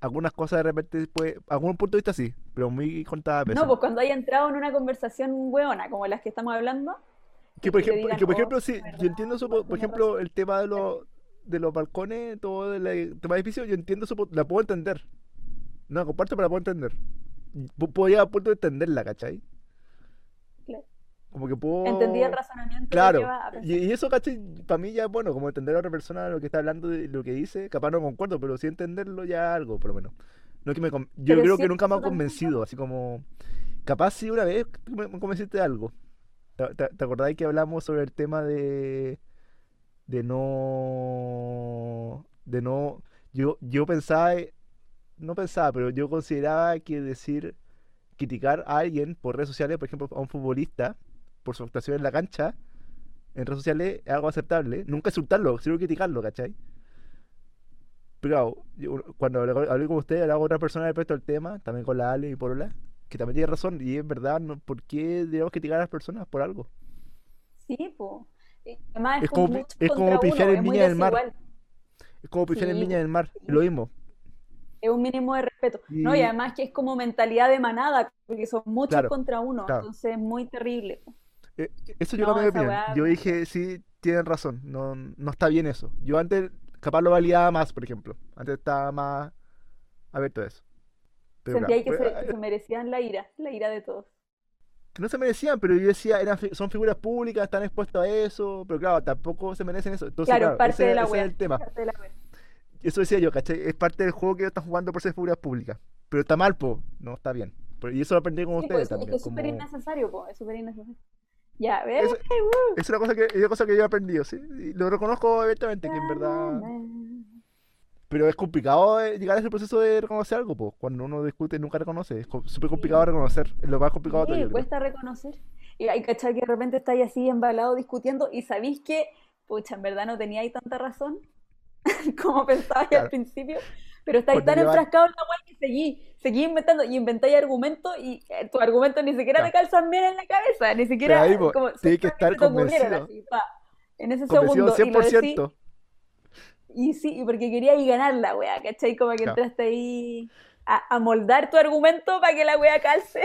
Speaker 1: algunas cosas de repente, pues, algún punto de vista sí, pero muy contada veces.
Speaker 2: No, pues cuando hay entrado en una conversación hueona, como las que estamos hablando,
Speaker 1: Que por
Speaker 2: y le
Speaker 1: ejemplo,
Speaker 2: digan,
Speaker 1: que por
Speaker 2: oh,
Speaker 1: ejemplo, sí,
Speaker 2: ¿verdad?
Speaker 1: yo entiendo su, po- por
Speaker 2: Tienes
Speaker 1: ejemplo,
Speaker 2: razón.
Speaker 1: el tema de los de los balcones, todo el, el tema de edificio, yo entiendo su, po- la puedo entender. No, la comparto, pero la puedo entender. P- Puedo llegar a punto de entenderla, ¿cachai?
Speaker 2: Claro.
Speaker 1: Como que puedo.
Speaker 2: Entendí el razonamiento que
Speaker 1: Oh, Claro.
Speaker 2: lleva a
Speaker 1: Y,
Speaker 2: pensar.
Speaker 1: y eso, ¿cachai? Para mí ya es bueno, como entender a otra persona lo que está hablando, de lo que dice. Capaz no concuerdo, pero sí entenderlo ya algo, por lo menos. No que me con- Yo
Speaker 2: Pero
Speaker 1: creo que
Speaker 2: siento
Speaker 1: nunca me ha
Speaker 2: eso también,
Speaker 1: convencido, así como. Capaz sí una vez tú me me convenciste de algo. ¿Te, te, te acordáis que hablamos sobre el tema de. de no. de no. Yo, yo pensaba. eh, No pensaba, pero yo consideraba que decir. criticar a alguien por redes sociales, por ejemplo, a un futbolista, por su actuación en la cancha, en redes sociales es algo aceptable. Nunca insultarlo, sino criticarlo, ¿cachai? Pero claro, yo- cuando hablé, hablé con usted, hablé con otra persona respecto al tema, también con la Ale y Porola, que también tiene razón, y es verdad, no, ¿por qué debemos criticar a las personas por algo?
Speaker 2: Sí, pues. Además es
Speaker 1: Es
Speaker 2: como
Speaker 1: como, pi-
Speaker 2: mucho
Speaker 1: es como
Speaker 2: contra
Speaker 1: pifiar
Speaker 2: uno,
Speaker 1: en
Speaker 2: es muy
Speaker 1: Viña del Mar,
Speaker 2: desigual.
Speaker 1: es como pifiar en
Speaker 2: Sí,
Speaker 1: Viña
Speaker 2: po,
Speaker 1: del Mar, es
Speaker 2: sí.
Speaker 1: lo mismo.
Speaker 2: es un mínimo de respeto, ¿no? Y
Speaker 1: Y
Speaker 2: además que es como mentalidad de manada, porque son muchos
Speaker 1: claro,
Speaker 2: contra uno,
Speaker 1: claro.
Speaker 2: entonces es muy terrible. po.
Speaker 1: Eh, Eso yo
Speaker 2: No,
Speaker 1: cambié de
Speaker 2: esa
Speaker 1: opinión.
Speaker 2: weá,
Speaker 1: Yo dije, sí, tienen razón, no, no está bien eso. Yo antes capaz lo validaba más, por ejemplo. Antes estaba más abierto a eso. Pero claro,
Speaker 2: sentía ahí que
Speaker 1: pues,
Speaker 2: se, que
Speaker 1: eh,
Speaker 2: se merecían la ira, la ira de todos.
Speaker 1: que no se merecían, pero yo decía, eran fi- son figuras públicas, están expuestas a eso, pero claro, tampoco se merecen eso. Entonces,
Speaker 2: Claro,
Speaker 1: claro,
Speaker 2: parte de
Speaker 1: ese,
Speaker 2: la
Speaker 1: ese es
Speaker 2: wea,
Speaker 1: el tema.
Speaker 2: parte de la wea.
Speaker 1: Eso decía yo, ¿cachai? Es parte del juego que ellos están jugando por ser figuras públicas. Pero está mal, po. No, está bien. Pero- y eso lo aprendí con
Speaker 2: Sí,
Speaker 1: ustedes
Speaker 2: pues es es que
Speaker 1: también.
Speaker 2: es súper
Speaker 1: Como...
Speaker 2: innecesario, po, es súper innecesario. Ya, ve,
Speaker 1: Eso, es una cosa que, es una cosa que yo he aprendido, ¿sí? Y lo reconozco abiertamente, que en
Speaker 2: Ah,
Speaker 1: verdad... Pero es complicado eh, llegar a ese proceso de reconocer algo, pues. Cuando uno discute, nunca reconoce. Es co- súper complicado
Speaker 2: Sí,
Speaker 1: reconocer. Es lo más complicado de todo,
Speaker 2: sí,
Speaker 1: yo creo.
Speaker 2: cuesta reconocer. Y hay que cachar que de repente estáis así embalado discutiendo y sabéis que, pucha, en verdad no teníais tanta razón [laughs] como pensabais al
Speaker 1: Claro.
Speaker 2: principio, pero estáis
Speaker 1: Cuando
Speaker 2: tan
Speaker 1: llevan.
Speaker 2: enfrascados en la wea que seguís, seguís inventando y inventáis argumentos y eh, tus argumentos ni siquiera te
Speaker 1: claro.
Speaker 2: calzan bien en la cabeza, ni
Speaker 1: Pero
Speaker 2: siquiera
Speaker 1: ahí, pues,
Speaker 2: como
Speaker 1: tiene que
Speaker 2: solamente
Speaker 1: estar
Speaker 2: se te ocurrieron
Speaker 1: convencido.
Speaker 2: así, pa, en ese
Speaker 1: Convencido
Speaker 2: segundo y lo decís.
Speaker 1: 100%.
Speaker 2: Y sí, y porque quería ir ganar la wea, ¿cachai? Como que
Speaker 1: Claro.
Speaker 2: entraste ahí a, a moldar tu argumento para que la wea calce.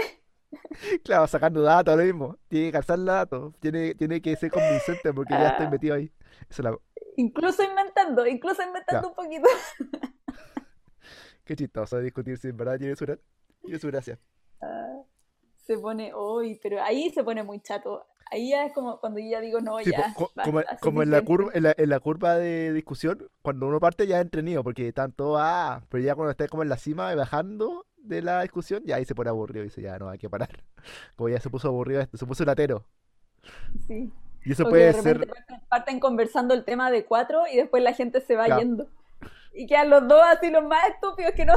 Speaker 1: [laughs] Claro, sacando datos, lo mismo. Tiene que calzar datos. Tiene, tiene que ser convincente porque ya estoy
Speaker 2: Ah,
Speaker 1: metido ahí. Eso la...
Speaker 2: incluso inventando, incluso inventando
Speaker 1: Claro.
Speaker 2: un poquito. [laughs]
Speaker 1: Qué chistoso discutir si en verdad tiene su, gra- tiene su gracia.
Speaker 2: Ah, se pone, hoy, pero ahí se pone muy chato. Ahí ya es como cuando yo ya digo, no,
Speaker 1: Sí, po,
Speaker 2: ya,
Speaker 1: co- como,
Speaker 2: basta,
Speaker 1: como en la
Speaker 2: suficiente.
Speaker 1: curva, en la, en la curva de discusión, cuando uno parte ya es entretenido, porque están todos, ah, pero ya cuando está como en la cima y bajando de la discusión, ya ahí se pone aburrido y dice, ya no, hay que parar. [laughs] Como ya se puso aburrido esto, se puso latero.
Speaker 2: [laughs] Sí.
Speaker 1: Y eso
Speaker 2: O que de
Speaker 1: puede
Speaker 2: repente [laughs]
Speaker 1: ser,
Speaker 2: parten, parten conversando el tema de cuatro y después la gente se va
Speaker 1: claro,
Speaker 2: yendo. Y quedan los dos así los más estúpidos que no.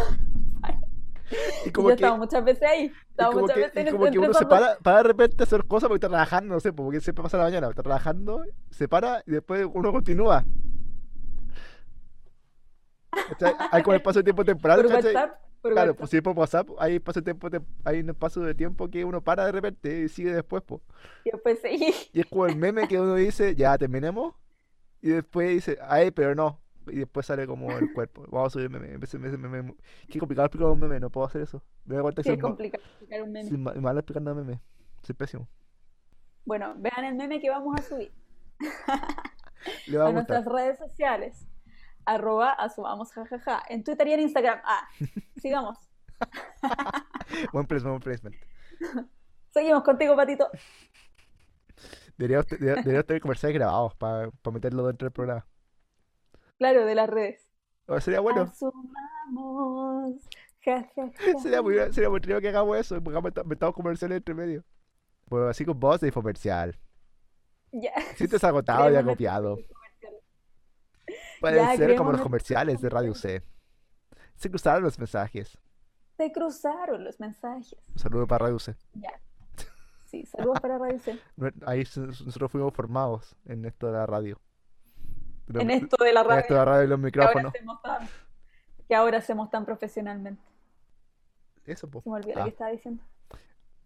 Speaker 1: Y
Speaker 2: Y
Speaker 1: como
Speaker 2: yo he
Speaker 1: que,
Speaker 2: estado muchas veces ahí. He
Speaker 1: y
Speaker 2: estado
Speaker 1: como
Speaker 2: muchas
Speaker 1: que,
Speaker 2: veces
Speaker 1: y
Speaker 2: en
Speaker 1: como que
Speaker 2: entre
Speaker 1: uno se
Speaker 2: esas dos.
Speaker 1: para, para de repente a hacer cosas porque está trabajando, no sé, porque siempre pasa la mañana, está trabajando, se para y después uno
Speaker 2: [laughs]
Speaker 1: continúa. ¿Cachai? Hay como el paso de tiempo temporal,
Speaker 2: Por
Speaker 1: ¿cachai?
Speaker 2: WhatsApp, por
Speaker 1: Claro,
Speaker 2: WhatsApp.
Speaker 1: pues si es por WhatsApp, hay paso de tiempo, tem- hay un paso de tiempo que uno para de repente y sigue después, po.
Speaker 2: Y después [laughs] seguí.
Speaker 1: Y es como el meme que uno dice, ya terminemos, y después dice, ay, pero no. Y después sale como
Speaker 2: [laughs]
Speaker 1: el cuerpo. Vamos a subir meme. Ese- ese meme mu- Qué complicado explicar un meme, no puedo hacer eso. Me doy cuenta que
Speaker 2: Qué
Speaker 1: soy, ma-
Speaker 2: complicado explicar un meme.
Speaker 1: soy ma- malo explicando memes. Soy pésimo.
Speaker 2: Bueno, vean el meme que vamos a subir
Speaker 1: Le va a
Speaker 2: a
Speaker 1: gustar.
Speaker 2: nuestras redes sociales. Arroba asumamos jajaja. En Twitter y en Instagram.
Speaker 1: [laughs]
Speaker 2: Ah, sigamos.
Speaker 1: Buen placement, buen placement.
Speaker 2: Seguimos contigo, Patito.
Speaker 1: Deberíamos, te- deberíamos tener comerciales grabados para meterlo dentro del programa.
Speaker 2: Claro, de las redes.
Speaker 1: O sería bueno.
Speaker 2: Asumamos. Ja, ja, ja.
Speaker 1: [laughs] Sería muy, sería muy trío que hagamos eso. y Pongamos esta- metamos comerciales entre medio. Bueno, así con voz de [laughs] infomercial.
Speaker 2: Ya.
Speaker 1: Sientes agotado y
Speaker 2: Creemos nuestro
Speaker 1: agobiado.
Speaker 2: propio comercial.
Speaker 1: Pueden
Speaker 2: Ya,
Speaker 1: ser como
Speaker 2: creemos
Speaker 1: los
Speaker 2: nuestro
Speaker 1: comerciales de Radio C. Se cruzaron los mensajes.
Speaker 2: Se cruzaron los mensajes.
Speaker 1: Un saludo para Radio C.
Speaker 2: Ya. Sí, saludos para
Speaker 1: [laughs]
Speaker 2: Radio C.
Speaker 1: No- Ahí se- nosotros fuimos formados en esto de la radio. Los
Speaker 2: En
Speaker 1: mi-
Speaker 2: esto de la
Speaker 1: en este esto de
Speaker 2: radio
Speaker 1: la radio y los
Speaker 2: que ahora
Speaker 1: micrófonos.
Speaker 2: hacemos tan, que ahora hacemos tan profesionalmente.
Speaker 1: Eso, po.
Speaker 2: Se me olvidó lo
Speaker 1: Ah.
Speaker 2: que estaba diciendo.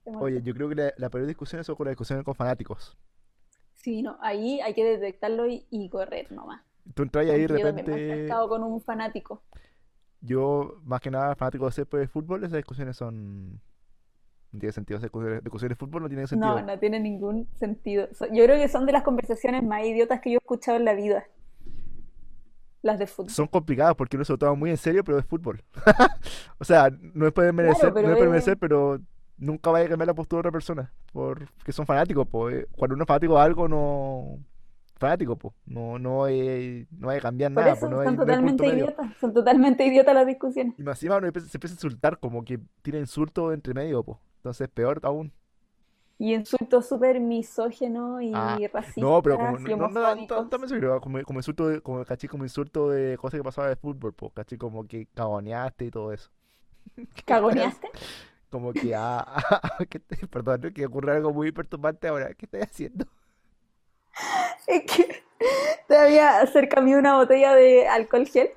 Speaker 2: Se me
Speaker 1: Oye,
Speaker 2: olvidó.
Speaker 1: yo creo que la, la peor discusión es con la discusión con fanáticos.
Speaker 2: Sí, no, ahí hay que detectarlo y, y correr nomás.
Speaker 1: Tú entras y ahí de
Speaker 2: Porque yo también me he
Speaker 1: repente.
Speaker 2: enfrentado con un fanático.
Speaker 1: Yo, más que nada, fanático de siempre de fútbol, esas discusiones son. No tiene sentido. Esas discusiones, discusiones de fútbol no tienen sentido.
Speaker 2: No, no tiene ningún sentido. So- Yo creo que son de las conversaciones más idiotas que yo he escuchado en la vida. Las de fútbol.
Speaker 1: Son complicadas porque uno se lo toma muy en serio, pero es fútbol. [laughs] O sea, no es poder merecer, no
Speaker 2: pero
Speaker 1: es poder
Speaker 2: es-
Speaker 1: merecer, pero nunca vaya a cambiar la postura de otra persona. Porque son fanáticos, po. eh, Cuando uno es fanático de algo, no. Fanático, po. No, no, hay- no vaya a cambiar
Speaker 2: Por
Speaker 1: nada,
Speaker 2: eso
Speaker 1: po, No hay,
Speaker 2: son
Speaker 1: no hay punto
Speaker 2: totalmente
Speaker 1: medio.
Speaker 2: idiotas. Son totalmente idiotas las discusiones.
Speaker 1: Y más encima uno empieza- se empieza a insultar, como que tiene insulto entre medio, po. Entonces, peor aún.
Speaker 2: Y insultos súper misógenos y
Speaker 1: Ah,
Speaker 2: racistas
Speaker 1: No, pero como,
Speaker 2: y
Speaker 1: no, no, no, no,
Speaker 2: homofóbicos.
Speaker 1: no, también se graba como, como insulto, de- como, caché, como insulto de cosas que pasaba de fútbol, po, caché, como que cagoneaste y todo eso. [laughs]
Speaker 2: ¿Cagoneaste?
Speaker 1: Como que, ah, [laughs] que te- perdón, que ocurre algo muy perturbante ahora, ¿qué estás haciendo?
Speaker 2: [laughs]
Speaker 1: [laughs]
Speaker 2: Es que te había cerca a mí una botella de alcohol gel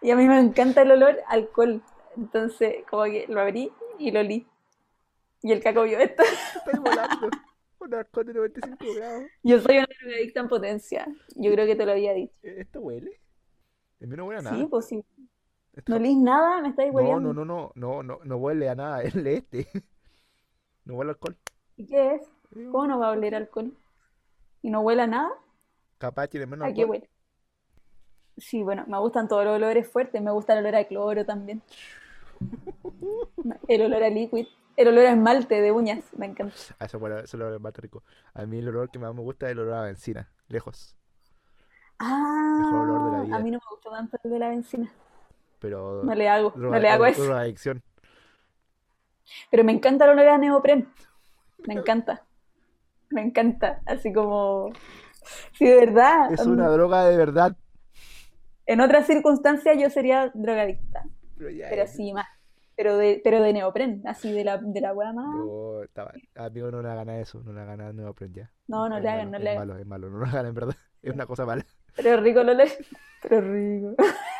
Speaker 2: y a mí me encanta el olor a alcohol. Entonces, como que lo abrí y lo olí. Y el caco vio esto.
Speaker 1: Estás volando, un arcón de 95 grados,
Speaker 2: Yo soy una drogadicta en potencia. Yo creo que te lo había dicho.
Speaker 1: ¿E- ¿esto huele? A mí no huele a
Speaker 2: Sí,
Speaker 1: nada.
Speaker 2: pues sí.
Speaker 1: Esto-
Speaker 2: ¿No leís nada? ¿Me estáis
Speaker 1: No, no,
Speaker 2: hueveando?
Speaker 1: no, no, no, no, no huele a nada, [laughs] es el este. No huele a alcohol.
Speaker 2: ¿Y qué es?
Speaker 1: Eh,
Speaker 2: ¿Cómo no va a oler alcohol? ¿Y no huela nada?
Speaker 1: Capaz tiene menos
Speaker 2: ¿A Ah, qué
Speaker 1: alcohol.
Speaker 2: huele? Sí, bueno, me gustan todos los olores fuertes. Me gusta el olor a cloro
Speaker 1: [laughs]
Speaker 2: también. El olor a liquid. El olor a esmalte de uñas. Me encanta.
Speaker 1: Ah, eso huele, eso huele más rico. A mí el olor que más me gusta es el olor a benzina, lejos. Mejor olor de la
Speaker 2: Ah, a
Speaker 1: vida.
Speaker 2: mí no me gusta tanto el de la benzina.
Speaker 1: Pero
Speaker 2: No le hago, no
Speaker 1: droga-
Speaker 2: le hago
Speaker 1: dro-
Speaker 2: eso. [laughs]
Speaker 1: drogadicción.
Speaker 2: Pero me encanta el olor a neopren. Me encanta. Me encanta. Así como. Sí, de verdad. um,
Speaker 1: Es una droga de verdad.
Speaker 2: En otras circunstancias yo sería drogadicta.
Speaker 1: Pero ya
Speaker 2: Pero
Speaker 1: es-
Speaker 2: así más. Pero de, pero de neopren. Así de la, de la wea más.
Speaker 1: No, estaba, amigo, no la gana eso, no la gana no aprende ya.
Speaker 2: No, no
Speaker 1: Es
Speaker 2: le
Speaker 1: malo,
Speaker 2: hagan, no
Speaker 1: es
Speaker 2: le hagan.
Speaker 1: malo, es malo, no la gana en verdad. [laughs] Es una cosa mala.
Speaker 2: Pero rico el olor. [laughs] Pero rico.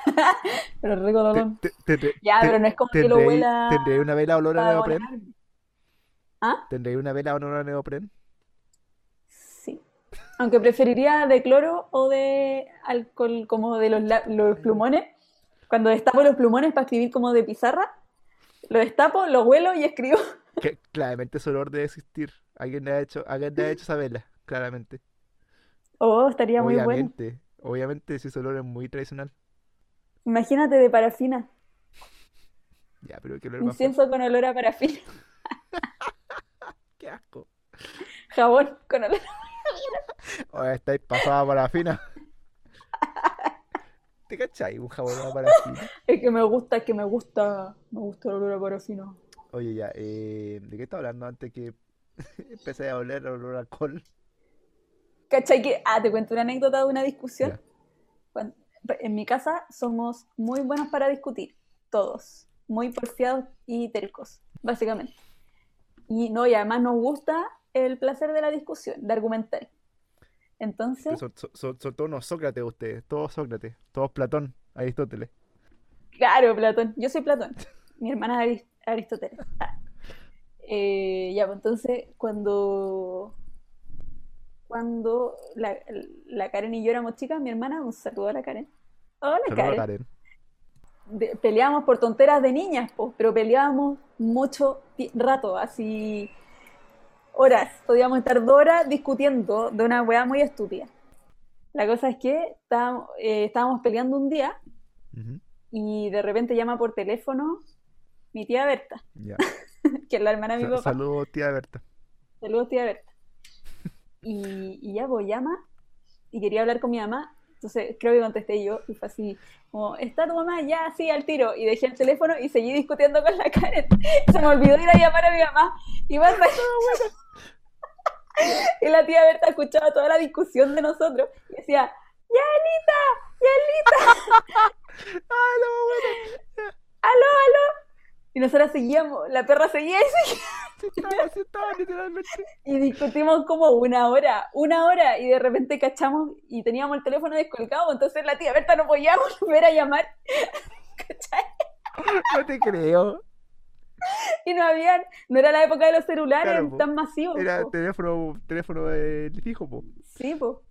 Speaker 2: [laughs] Pero rico el
Speaker 1: Te-
Speaker 2: olor.
Speaker 1: te- tendré-
Speaker 2: Ya,
Speaker 1: te-
Speaker 2: pero no es como [laughs] que lo
Speaker 1: tendré-
Speaker 2: huela
Speaker 1: ¿Tendré una vela olor a
Speaker 2: a
Speaker 1: neopren?
Speaker 2: abonar. ¿Ah?
Speaker 1: ¿Tendré una vela olor a neopren?
Speaker 2: Sí. Aunque preferiría de cloro o de alcohol, como de los, la- los plumones. Cuando destapo los plumones para escribir como de pizarra, los destapo, los huelo y escribo. [laughs]
Speaker 1: Que claramente ese olor debe existir. Alguien le ha hecho, alguien le ha hecho esa vela, claramente.
Speaker 2: Oh, estaría muy bueno.
Speaker 1: Obviamente, obviamente si ese olor es muy tradicional.
Speaker 2: Imagínate de parafina.
Speaker 1: Ya, pero qué olor más fuerte.
Speaker 2: Incienso con olor a parafina. [laughs]
Speaker 1: Qué asco.
Speaker 2: Jabón con olor.
Speaker 1: Ahora estáis pasada para
Speaker 2: [laughs]
Speaker 1: fina. ¿Te cachai? Un jabón para fina.
Speaker 2: Es que me gusta, es que me gusta. Me gusta el olor a parafina.
Speaker 1: Oye, ya, eh, ¿de qué estaba hablando antes que [laughs] empecé a oler el olor a alcohol?
Speaker 2: ¿Cachai que? Ah, te cuento una anécdota de una discusión.
Speaker 1: Ya.
Speaker 2: Cuan- en mi casa somos muy buenos para discutir, todos. muy porfiados y tercos, básicamente. Y no, y además nos gusta el placer de la discusión, de argumentar. Entonces,
Speaker 1: Son, son- son- son todos unos Sócrates ustedes, todos Sócrates, todos Platón, Aristóteles.
Speaker 2: claro, Platón, yo soy Platón, mi hermana es Aris- Aristóteles. Ah. Eh, ya, pues entonces, cuando, cuando la, la Karen y yo éramos chicas, mi hermana, un saludo a la Karen. Hola,
Speaker 1: Saludos a
Speaker 2: Karen.
Speaker 1: Karen.
Speaker 2: de- peleábamos por tonteras de niñas, po, pero peleábamos mucho ti- rato, así horas. Podíamos estar dos horas discutiendo de una weá muy estúpida. La cosa es que estábamos, eh, estábamos peleando un día
Speaker 1: Ujú,
Speaker 2: y de repente llama por teléfono mi tía Berta, [laughs]
Speaker 1: Ya.
Speaker 2: que es la hermana de
Speaker 1: Sa-
Speaker 2: mi papá.
Speaker 1: Saludos, tía Berta.
Speaker 2: Saludos, tía Berta. Y, y ya, pues llama y quería hablar con mi mamá. Entonces creo que contesté yo y fue así, como, ¿está tu mamá? Ya, sí, al tiro. Y dejé el teléfono y seguí discutiendo con la Karen. [laughs] Se me olvidó ir a llamar a mi mamá. Y más [laughs] Y la tía Berta escuchaba toda la discusión de nosotros y decía, ¡Ya, Anita! ¡Ya, Ah, ¡Aló, aló! Y nosotras seguíamos, la perra seguía y seguía.
Speaker 1: [laughs] Se estaban, se estaban literalmente.
Speaker 2: Y discutimos como una hora, una hora, y de repente cachamos y teníamos el teléfono descolgado, entonces la tía Berta no podíamos [laughs] volver a llamar, ¿cachai?
Speaker 1: No te creo.
Speaker 2: Y no habían, no era la época de los celulares
Speaker 1: Claro, po.
Speaker 2: tan masivos,
Speaker 1: Era
Speaker 2: Oh, po.
Speaker 1: teléfono, teléfono eh, fijo, po.
Speaker 2: Sí, po.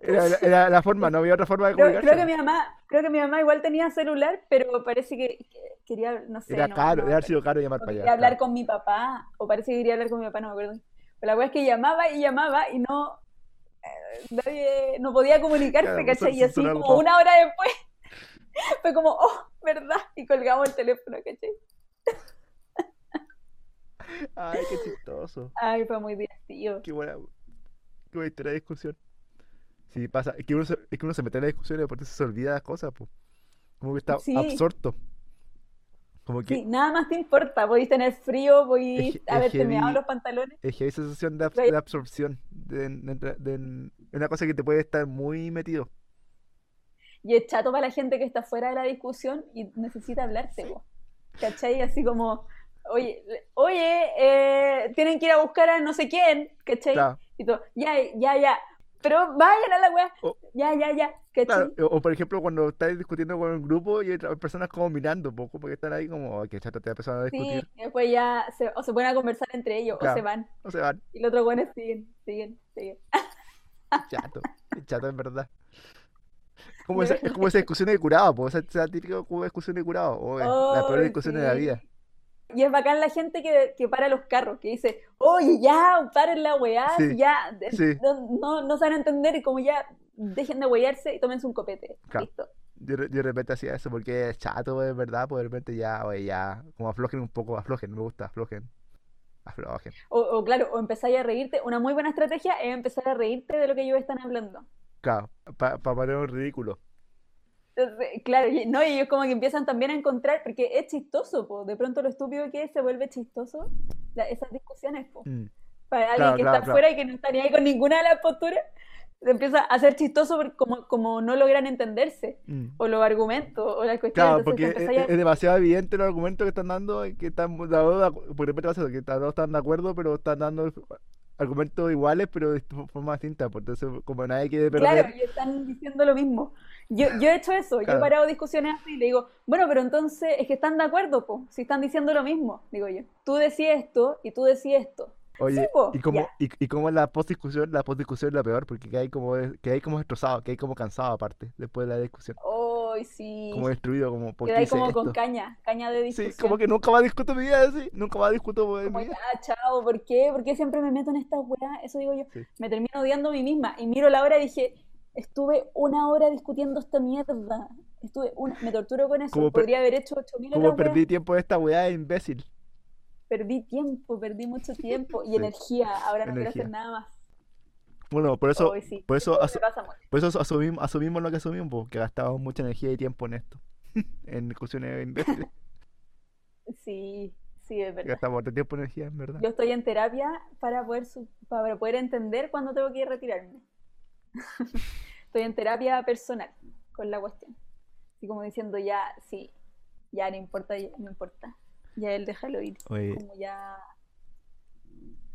Speaker 1: Era, era- era la forma, no había otra forma de
Speaker 2: Creo, creo
Speaker 1: comunicarse.
Speaker 2: que mi mamá, creo que mi mamá igual tenía celular, pero parece que, que quería, no sé,
Speaker 1: Era
Speaker 2: no-
Speaker 1: caro,
Speaker 2: no-
Speaker 1: debe haber sido caro llamar
Speaker 2: o
Speaker 1: para allá.
Speaker 2: quería
Speaker 1: [laughs]
Speaker 2: hablar
Speaker 1: claro.
Speaker 2: con mi papá, o parece que quería hablar con mi papá, no me acuerdo. Pero la wea es que llamaba y llamaba y no, eh, nadie, no podía comunicarse,
Speaker 1: Claro,
Speaker 2: ¿cachai?
Speaker 1: son-
Speaker 2: y así
Speaker 1: son algo
Speaker 2: como
Speaker 1: pa-
Speaker 2: una hora después [laughs] fue como, oh, ¿verdad? Y colgamos el teléfono, ¿cachai?
Speaker 1: Ay, qué chistoso.
Speaker 2: Ay, fue muy divertido.
Speaker 1: Qué buena, qué buena historia de discusión. Sí, pasa. Es que uno se, es que uno se mete en las discusiones y por eso se olvida las cosas, po. Como que está
Speaker 2: Sí.
Speaker 1: absorto. Como que
Speaker 2: Sí, nada más te importa, podéis tener frío, podéis
Speaker 1: Es- es
Speaker 2: haberte meado
Speaker 1: heavy.
Speaker 2: los pantalones.
Speaker 1: es que hay esa sensación de, abs-
Speaker 2: Right.
Speaker 1: de absorción. De, de- de- de- es una cosa que te puede estar muy metido.
Speaker 2: Y es chato para la gente que está fuera de la discusión y necesita hablarte, po. ¿cachai? Así como, oye, le- oye, eh, tienen que ir a buscar a no sé quién, ¿cachai?
Speaker 1: Claro,
Speaker 2: Y todo, ya, ya, ya. Pero vayan a la weá.
Speaker 1: O-
Speaker 2: Ya, ya, ya. ¿Cachai?
Speaker 1: Oh. claro. O, o por ejemplo, cuando estás discutiendo con un grupo y otras personas como mirando, po, como que están ahí como, "Ay, qué chato, te empezaron a
Speaker 2: Sí,
Speaker 1: discutir.
Speaker 2: y después ya se, o se ponen a conversar entre ellos
Speaker 1: Claro.
Speaker 2: o se van.
Speaker 1: No se van.
Speaker 2: Y los otros weones siguen, siguen, siguen.
Speaker 1: Chato, es chato en verdad. Como
Speaker 2: De [laughs]
Speaker 1: esa, es como esa discusión de curado, po, esa, esa típica como discusión de curado. Oh, es la peor
Speaker 2: Ay,
Speaker 1: discusión de la
Speaker 2: sí.
Speaker 1: vida.
Speaker 2: Y es bacán la gente que, que para los carros, que dice, oye, ya, paren la weá,
Speaker 1: Sí,
Speaker 2: ya, de-
Speaker 1: sí.
Speaker 2: no, no, no se van a entender, y como ya, dejen de weyarse y tómense un copete.
Speaker 1: Claro.
Speaker 2: Listo.
Speaker 1: Yo, re- yo de repente hacía eso porque es chato, en verdad, pues de repente ya, oye, ya, como aflojen un poco, aflojen, me gusta, aflojen. Aflojen.
Speaker 2: O, o claro, o empezáis a reírte. Una muy buena estrategia es empezar a reírte de lo que ellos están hablando.
Speaker 1: Claro, para pa poner un ridículo.
Speaker 2: Entonces, Claro, y- no, y ellos como que empiezan también a encontrar, porque es chistoso, po. De pronto lo estúpido que es se vuelve chistoso, la- esas discusiones, po.
Speaker 1: Mm,
Speaker 2: Para alguien
Speaker 1: Claro,
Speaker 2: que
Speaker 1: claro,
Speaker 2: está
Speaker 1: claro.
Speaker 2: afuera y que no está ni ahí con ninguna de las posturas, empieza a ser chistoso porque como, como no logran entenderse,
Speaker 1: mm.
Speaker 2: o los argumentos, o las cuestiones,
Speaker 1: Claro,
Speaker 2: entonces
Speaker 1: porque eh, es,
Speaker 2: te empezáis a-
Speaker 1: es demasiado evidente el argumento que están dando y que están de acuerdo, por repente pasa eso, que están- no están de acuerdo, pero están dando argumentos iguales, pero de forma distinta. Pues entonces, como nadie quiere perder,
Speaker 2: Claro, y están diciendo lo mismo. Yo, yo he hecho eso, yo he
Speaker 1: Claro.
Speaker 2: parado discusiones así y le digo, bueno, pero entonces es que están de acuerdo, po, si están diciendo lo mismo, digo yo. Tú decís esto y tú decís esto.
Speaker 1: Oye,
Speaker 2: po,
Speaker 1: y como,
Speaker 2: ya.
Speaker 1: y, y como la postdiscusión, la postdiscusión es la peor, porque que hay como, des- que hay como destrozado, que hay como cansado aparte, después de la discusión,
Speaker 2: ¡Ay, sí!
Speaker 1: como destruido, como ¿por qué
Speaker 2: Quedáis
Speaker 1: hice
Speaker 2: como con
Speaker 1: esto?
Speaker 2: caña, caña de
Speaker 1: Sí,
Speaker 2: discusión.
Speaker 1: como que nunca más discuto mi vida así, nunca más discuto en
Speaker 2: Como,
Speaker 1: mi vida.
Speaker 2: ya, chao, ¿por qué? ¿Por qué siempre me meto en esta weá? Eso digo yo.
Speaker 1: Sí.
Speaker 2: Me termino odiando a mí misma. Y miro la hora y dije, estuve una hora discutiendo esta mierda. Estuve una... Me torturo con eso.
Speaker 1: Como per-
Speaker 2: Podría haber hecho 8000
Speaker 1: Como
Speaker 2: otras weas.
Speaker 1: perdí tiempo de esta weá de imbécil.
Speaker 2: Perdí tiempo, perdí
Speaker 1: [laughs]
Speaker 2: mucho tiempo y
Speaker 1: Sí.
Speaker 2: energía. Ahora no quiero hacer
Speaker 1: Energía.
Speaker 2: nada más.
Speaker 1: Bueno, por eso,
Speaker 2: Ay, sí,
Speaker 1: por eso,
Speaker 2: me
Speaker 1: asu-
Speaker 2: pasa mucho.
Speaker 1: por eso asumimos, asumimos lo que asumimos, po, que gastamos mucha energía y tiempo en esto, [laughs] en discusiones
Speaker 2: [laughs]
Speaker 1: imbéciles.
Speaker 2: Sí, sí, es verdad.
Speaker 1: Gastamos harto tiempo y energía, en verdad.
Speaker 2: Yo estoy en terapia para poder, su- para poder entender cuándo tengo que ir a retirarme. [laughs] estoy en terapia personal con la cuestión. Así como diciendo ya, sí, Ya no importa, ya, no importa. Ya él déjalo ir.
Speaker 1: Oye,
Speaker 2: Como ya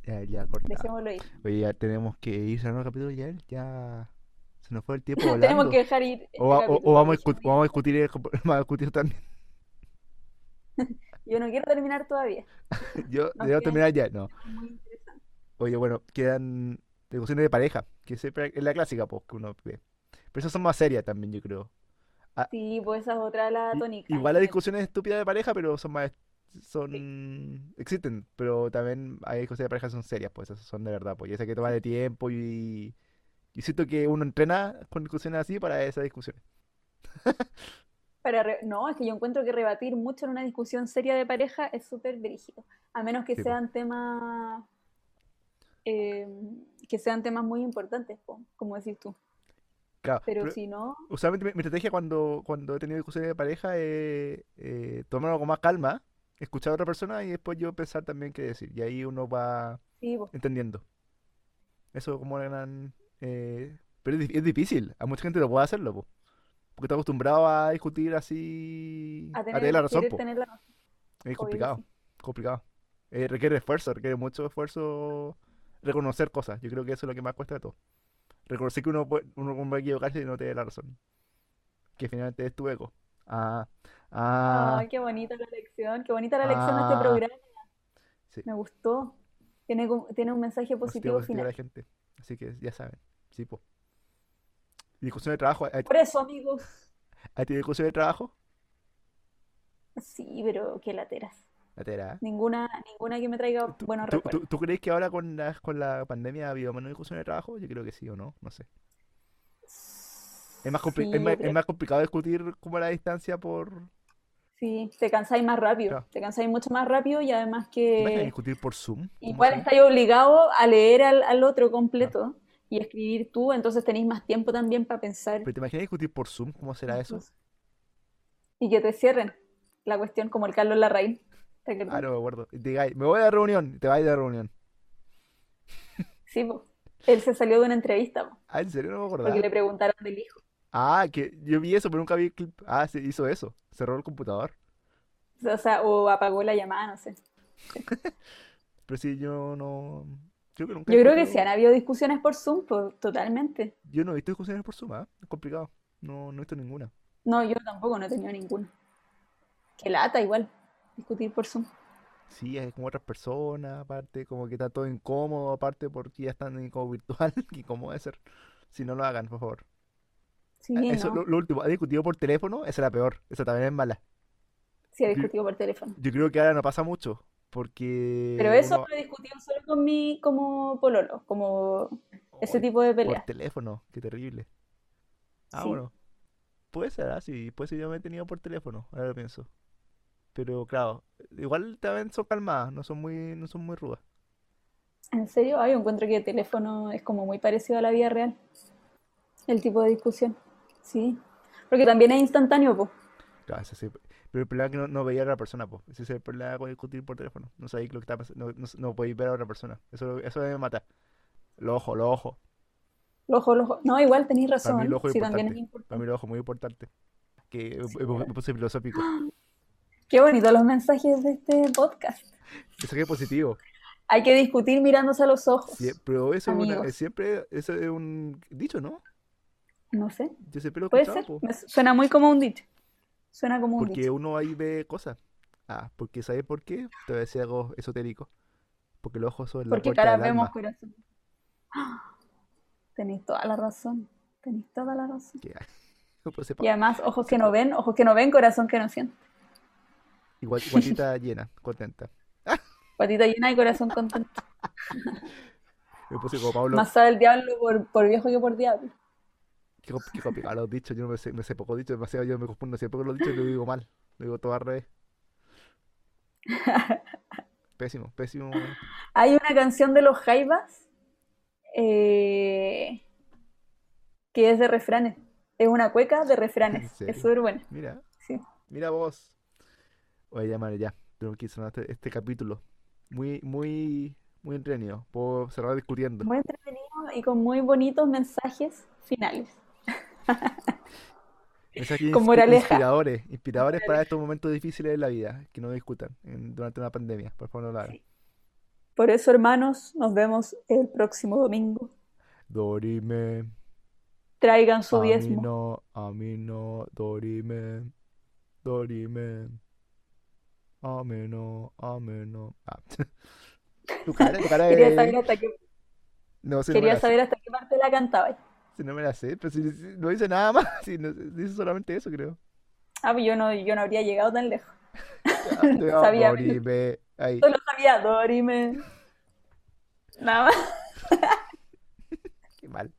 Speaker 1: ya, ya cortado.
Speaker 2: dejémoslo ir.
Speaker 1: Oye, ya tenemos que ir cerrando el capítulo ya. Ya se nos fue el tiempo
Speaker 2: [laughs] Tenemos
Speaker 1: volando.
Speaker 2: que dejar ir. este
Speaker 1: O, va- o- o
Speaker 2: capítulo,
Speaker 1: vamos a
Speaker 2: porque
Speaker 1: discu- o vamos a discutir, el- [laughs] vamos a discutir también. [laughs]
Speaker 2: Yo no quiero terminar todavía.
Speaker 1: Yo
Speaker 2: No,
Speaker 1: debo
Speaker 2: que-
Speaker 1: terminar ya, no.
Speaker 2: Es muy interesante.
Speaker 1: Oye, bueno, quedan discusiones de pareja, que siempre es la clásica, pues, que uno ve. Pero esas son más serias también, yo creo.
Speaker 2: Sí, pues esa es otra la
Speaker 1: I-
Speaker 2: tónica.
Speaker 1: Igual hay
Speaker 2: en
Speaker 1: discusiones estúpidas de pareja, pero son más... Son... Existen, pero también hay discusiones de pareja que son serias, pues, esas son de verdad, pues. Y esas que toman de tiempo y... Y siento que uno entrena con discusiones así para esas discusiones.
Speaker 2: Para re- No, es que yo encuentro que rebatir mucho en una discusión seria de pareja es súper brígido, a menos que
Speaker 1: Sí, po.
Speaker 2: sean temas eh, que sean temas muy importantes, po, como decís tú.
Speaker 1: Claro,
Speaker 2: Pero
Speaker 1: pero
Speaker 2: si no,
Speaker 1: usualmente mi, mi estrategia cuando, cuando he tenido discusiones de pareja es eh, tomarlo con más calma, escuchar a otra persona y después yo pensar también qué decir. Y ahí uno va...
Speaker 2: sí, po.
Speaker 1: Entendiendo. Eso como una gran... eh, pero es, dif- es difícil. A mucha gente no puede hacerlo, po, Porque está acostumbrado a discutir así...
Speaker 2: a
Speaker 1: A tener
Speaker 2: tener,
Speaker 1: Ah, la razón,
Speaker 2: querer
Speaker 1: po.
Speaker 2: tener la razón,
Speaker 1: Es
Speaker 2: obvio que
Speaker 1: complicado.
Speaker 2: sí.
Speaker 1: Complicado. Eh, requiere esfuerzo, requiere mucho esfuerzo reconocer cosas. Yo creo que eso es lo que más cuesta de todo. Reconocer que uno puede, uno puede equivocarse y no tener la razón. Que finalmente es tu ego. Ah, ah,
Speaker 2: Ay, qué bonita la lección, qué bonita la lección de este
Speaker 1: ah.
Speaker 2: programa,
Speaker 1: Sí.
Speaker 2: me gustó. Tiene, como- tiene un mensaje
Speaker 1: Positivo,
Speaker 2: positivo
Speaker 1: positivo a la
Speaker 2: final.
Speaker 1: gente. Así que ya saben. Sí, po. Discusión de trabajo. ¿Hay,
Speaker 2: Por eso, amigos,
Speaker 1: hay discusión de trabajo?
Speaker 2: sí, pero qué lateras.
Speaker 1: La tera, ¿eh?
Speaker 2: Ninguna, ninguna que me traiga
Speaker 1: ¿Tú,
Speaker 2: buenos
Speaker 1: tú- tú-
Speaker 2: recuerdos.
Speaker 1: tú crees que ahora con la, con la pandemia ha habido menos discusión de trabajo? Yo creo que sí o no, no sé. Es más, compli- es
Speaker 2: Sí,
Speaker 1: más,
Speaker 2: yo
Speaker 1: es
Speaker 2: creo.
Speaker 1: más complicado discutir como a la distancia por...
Speaker 2: Sí, te cansáis más rápido,
Speaker 1: Claro.
Speaker 2: te cansáis mucho más rápido y además
Speaker 1: ¿Te imaginas
Speaker 2: que
Speaker 1: discutir por Zoom? ¿Cómo
Speaker 2: igual
Speaker 1: sería?
Speaker 2: estáis obligado a leer al, al otro
Speaker 1: Claro.
Speaker 2: completo y escribir tú, entonces tenéis más tiempo también para pensar
Speaker 1: ¿Pero te imaginas discutir por Zoom? ¿Cómo será
Speaker 2: las
Speaker 1: eso?
Speaker 2: cosas. Y que te cierren la cuestión como el Carlos Larraín, ¿te
Speaker 1: Ah,
Speaker 2: acordás?
Speaker 1: no me acuerdo. Y te digáis, me voy a la reunión. y Te vais de la reunión.
Speaker 2: Sí, po. Él se salió de una entrevista po,
Speaker 1: Ah, ¿en serio no me
Speaker 2: porque
Speaker 1: acordaba?
Speaker 2: le preguntaron del hijo.
Speaker 1: Ah, que yo vi eso, pero nunca vi el clip. Ah, se hizo eso. Cerró el computador.
Speaker 2: O sea, o apagó la llamada, no sé.
Speaker 1: Pero sí, yo no... Creo que nunca he
Speaker 2: Yo creo que sí
Speaker 1: escuchado...
Speaker 2: han habido discusiones por Zoom, po, totalmente.
Speaker 1: Yo no he visto discusiones por Zoom, ¿ah? Es complicado. No, no he visto ninguna.
Speaker 2: No, yo tampoco, no he tenido ninguna. Qué lata igual, discutir por Zoom.
Speaker 1: Sí, es como otras personas, aparte, como que está todo incómodo, aparte porque ya están en como virtual, [laughs] que cómo debe ser. Si no lo hagan, por favor.
Speaker 2: Sí,
Speaker 1: Ah, Eso,
Speaker 2: no.
Speaker 1: lo, lo último, ha discutido por teléfono, esa es la peor, esa también es mala.
Speaker 2: Sí, he
Speaker 1: Yo, eh,
Speaker 2: discutido por teléfono.
Speaker 1: yo creo que ahora no pasa mucho,
Speaker 2: Pero
Speaker 1: porque
Speaker 2: eso
Speaker 1: uno
Speaker 2: lo he discutido solo con mi, como pololo, como ese
Speaker 1: Ay,
Speaker 2: tipo de
Speaker 1: por
Speaker 2: peleas.
Speaker 1: teléfono, qué terrible. Ah,
Speaker 2: Sí,
Speaker 1: bueno, puede ser ah, así, puede ser yo me he tenido por teléfono, ahora lo pienso. Pero claro, igual también son calmadas, no son muy, no son muy rudas.
Speaker 2: en serio, ay, yo encuentro que el teléfono es como muy parecido a la vida real, el tipo de discusión. Sí, porque también es instantáneo, pues.
Speaker 1: Claro, ese sí, pe- Pero el problema es que no, no veía a la persona, pues. Ese es el problema con discutir por teléfono. No sabéis lo que está pasando. No, no, s- no podéis ver a otra persona. Eso, eso me mata. Los ojos, los ojos.
Speaker 2: Los ojos, los ojos. No, igual tenéis
Speaker 1: Para mí el
Speaker 2: razón,
Speaker 1: ojo es
Speaker 2: sí, también es
Speaker 1: importante. Para mí
Speaker 2: importante.
Speaker 1: el ojo es muy importante. Que eh,
Speaker 2: Sí,
Speaker 1: me, me-
Speaker 2: ¿verdad?
Speaker 1: me puse filosófico.
Speaker 2: Qué bonito los mensajes de este podcast.
Speaker 1: Eso que es positivo.
Speaker 2: Hay que discutir mirándose a los
Speaker 1: Sie-
Speaker 2: ojos,
Speaker 1: pero eso es una, eh,
Speaker 2: amigos.
Speaker 1: siempre eso es un dicho, ¿no?
Speaker 2: No sé,
Speaker 1: Yo siempre lo he
Speaker 2: puede
Speaker 1: escuchado,
Speaker 2: ser.
Speaker 1: po.
Speaker 2: Me su- suena muy como un dicho. Suena como un
Speaker 1: Porque
Speaker 2: dicho.
Speaker 1: uno ahí ve cosas. Ah, porque ¿sabes por qué? Te voy a decir algo esotérico. Porque los ojos son la
Speaker 2: Porque
Speaker 1: puerta
Speaker 2: cara
Speaker 1: del [laughs]
Speaker 2: vemos
Speaker 1: alma.
Speaker 2: corazón. ¡Ah! Tenéis toda la razón. Tenéis toda la razón.
Speaker 1: Que, [laughs] pues, sepa.
Speaker 2: Y además, ojos que no ven, ojos que no ven, corazón que no siente.
Speaker 1: Y guat-
Speaker 2: [laughs]
Speaker 1: guatita llena, contenta.
Speaker 2: Patita llena y corazón contento.
Speaker 1: Me puse como Pablo,
Speaker 2: Más sabe el diablo por, por viejo que por diablo.
Speaker 1: Qué, com- qué complicado los dichos, yo no me sé, me sé poco dicho, demasiado, yo me confundo siempre con los dichos y lo digo mal, lo digo todo al
Speaker 2: [laughs]
Speaker 1: revés. Pésimo, pésimo.
Speaker 2: Hay una canción de los Jaivas eh, que es de refranes. Es una cueca de
Speaker 1: ¿En
Speaker 2: refranes. Es
Speaker 1: serio?
Speaker 2: súper buena.
Speaker 1: Mira,
Speaker 2: Sí.
Speaker 1: mira vos. Oye, ya, madre, ya. Tengo que ir cerrando este, este capítulo. Muy, muy, muy entretenido. Puedo cerrar discutiendo.
Speaker 2: Muy entretenido y con muy bonitos mensajes finales.
Speaker 1: Mensajes
Speaker 2: [laughs] Con
Speaker 1: inspi-
Speaker 2: moraleja.
Speaker 1: inspiradores, inspiradores para estos momentos difíciles de la vida, que no discutan en- durante una pandemia, por favor no lo hagan.
Speaker 2: Por eso, hermanos, nos vemos el próximo domingo.
Speaker 1: Dorime,
Speaker 2: Traigan su
Speaker 1: a mí
Speaker 2: diezmo.
Speaker 1: no, a mí no, dorime, dorime, a mí no, a mí no. Ah. [laughs] Tu cara, tu cara
Speaker 2: Quería
Speaker 1: de-
Speaker 2: saber hasta qué,
Speaker 1: No, si no me
Speaker 2: quería
Speaker 1: la sé,
Speaker 2: saber hasta qué parte la cantaba.
Speaker 1: si no me la sé, pero si, si no dice nada más, [laughs] si no- dice solamente eso,
Speaker 2: [laughs]
Speaker 1: creo.
Speaker 2: Ah, pues yo no, yo no habría llegado tan lejos.
Speaker 1: Ah, te- ah,
Speaker 2: Sabía.
Speaker 1: Dorime, ahí.
Speaker 2: Solo sabía Dorime. Nada más. [laughs]
Speaker 1: Qué mal.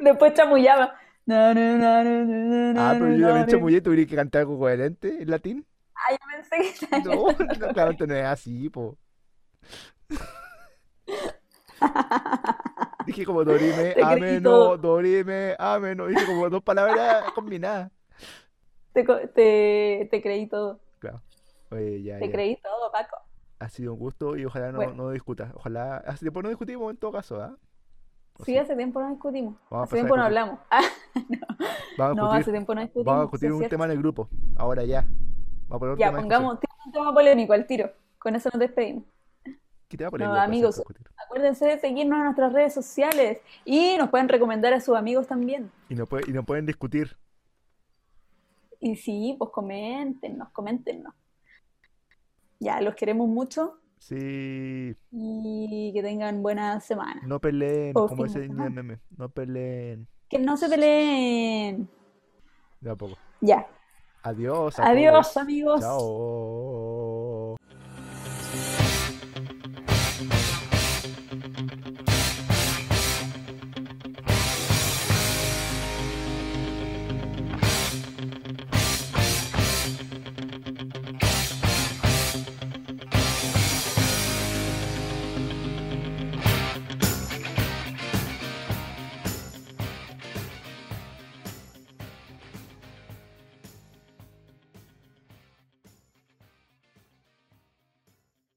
Speaker 2: Después chamullaba. Na, na, na, na, na, na,
Speaker 1: Ah, pero yo
Speaker 2: na,
Speaker 1: también
Speaker 2: na.
Speaker 1: chamullé, tuve que cantar algo coherente en
Speaker 2: [laughs]
Speaker 1: latín.
Speaker 2: Ah, yo pensé que
Speaker 1: No, no, claro, esto no es así, po.
Speaker 2: [laughs]
Speaker 1: Dije como dorime,
Speaker 2: Te creí
Speaker 1: ameno,
Speaker 2: todo.
Speaker 1: dorime, ameno. Dije como dos palabras combinadas.
Speaker 2: te, co- te, te creí todo.
Speaker 1: Claro. Oye, ya,
Speaker 2: Te
Speaker 1: ya.
Speaker 2: creí todo, Paco.
Speaker 1: Ha sido un gusto y ojalá no,
Speaker 2: Bueno.
Speaker 1: no discutas. Ojalá. ah, sí, Después no discutimos en todo caso, ¿ah? O
Speaker 2: Sí,
Speaker 1: sea,
Speaker 2: hace tiempo no discutimos.
Speaker 1: pues Vamos a
Speaker 2: hace
Speaker 1: empezar a
Speaker 2: tiempo no
Speaker 1: discutir.
Speaker 2: hablamos. Ah,
Speaker 1: Vamos a
Speaker 2: no, hace
Speaker 1: discutir,
Speaker 2: tiempo no discutimos.
Speaker 1: vamos a
Speaker 2: sí
Speaker 1: discutir
Speaker 2: es
Speaker 1: un
Speaker 2: cierto.
Speaker 1: tema en el grupo. Ahora ya. Vamos a poner un
Speaker 2: Ya,
Speaker 1: tema en discusión.
Speaker 2: pongamos tira un tema polémico al tiro. Con eso nos despedimos.
Speaker 1: ¿Qué tema
Speaker 2: No,
Speaker 1: polémico puede ser
Speaker 2: amigos.
Speaker 1: para discutir?
Speaker 2: Acuérdense de seguirnos en nuestras redes sociales y nos pueden recomendar a sus amigos también.
Speaker 1: Y no, puede- y no pueden discutir.
Speaker 2: Y sí, pues coméntenos, coméntenos. Ya, los queremos mucho
Speaker 1: Sí.
Speaker 2: y que tengan buena semana.
Speaker 1: No peleen, como
Speaker 2: O fin de
Speaker 1: dice el
Speaker 2: semana.
Speaker 1: meme. No peleen.
Speaker 2: Que no se peleen.
Speaker 1: De a poco.
Speaker 2: Ya.
Speaker 1: Adiós. a
Speaker 2: Adiós,
Speaker 1: todos.
Speaker 2: amigos.
Speaker 1: pues. Chao.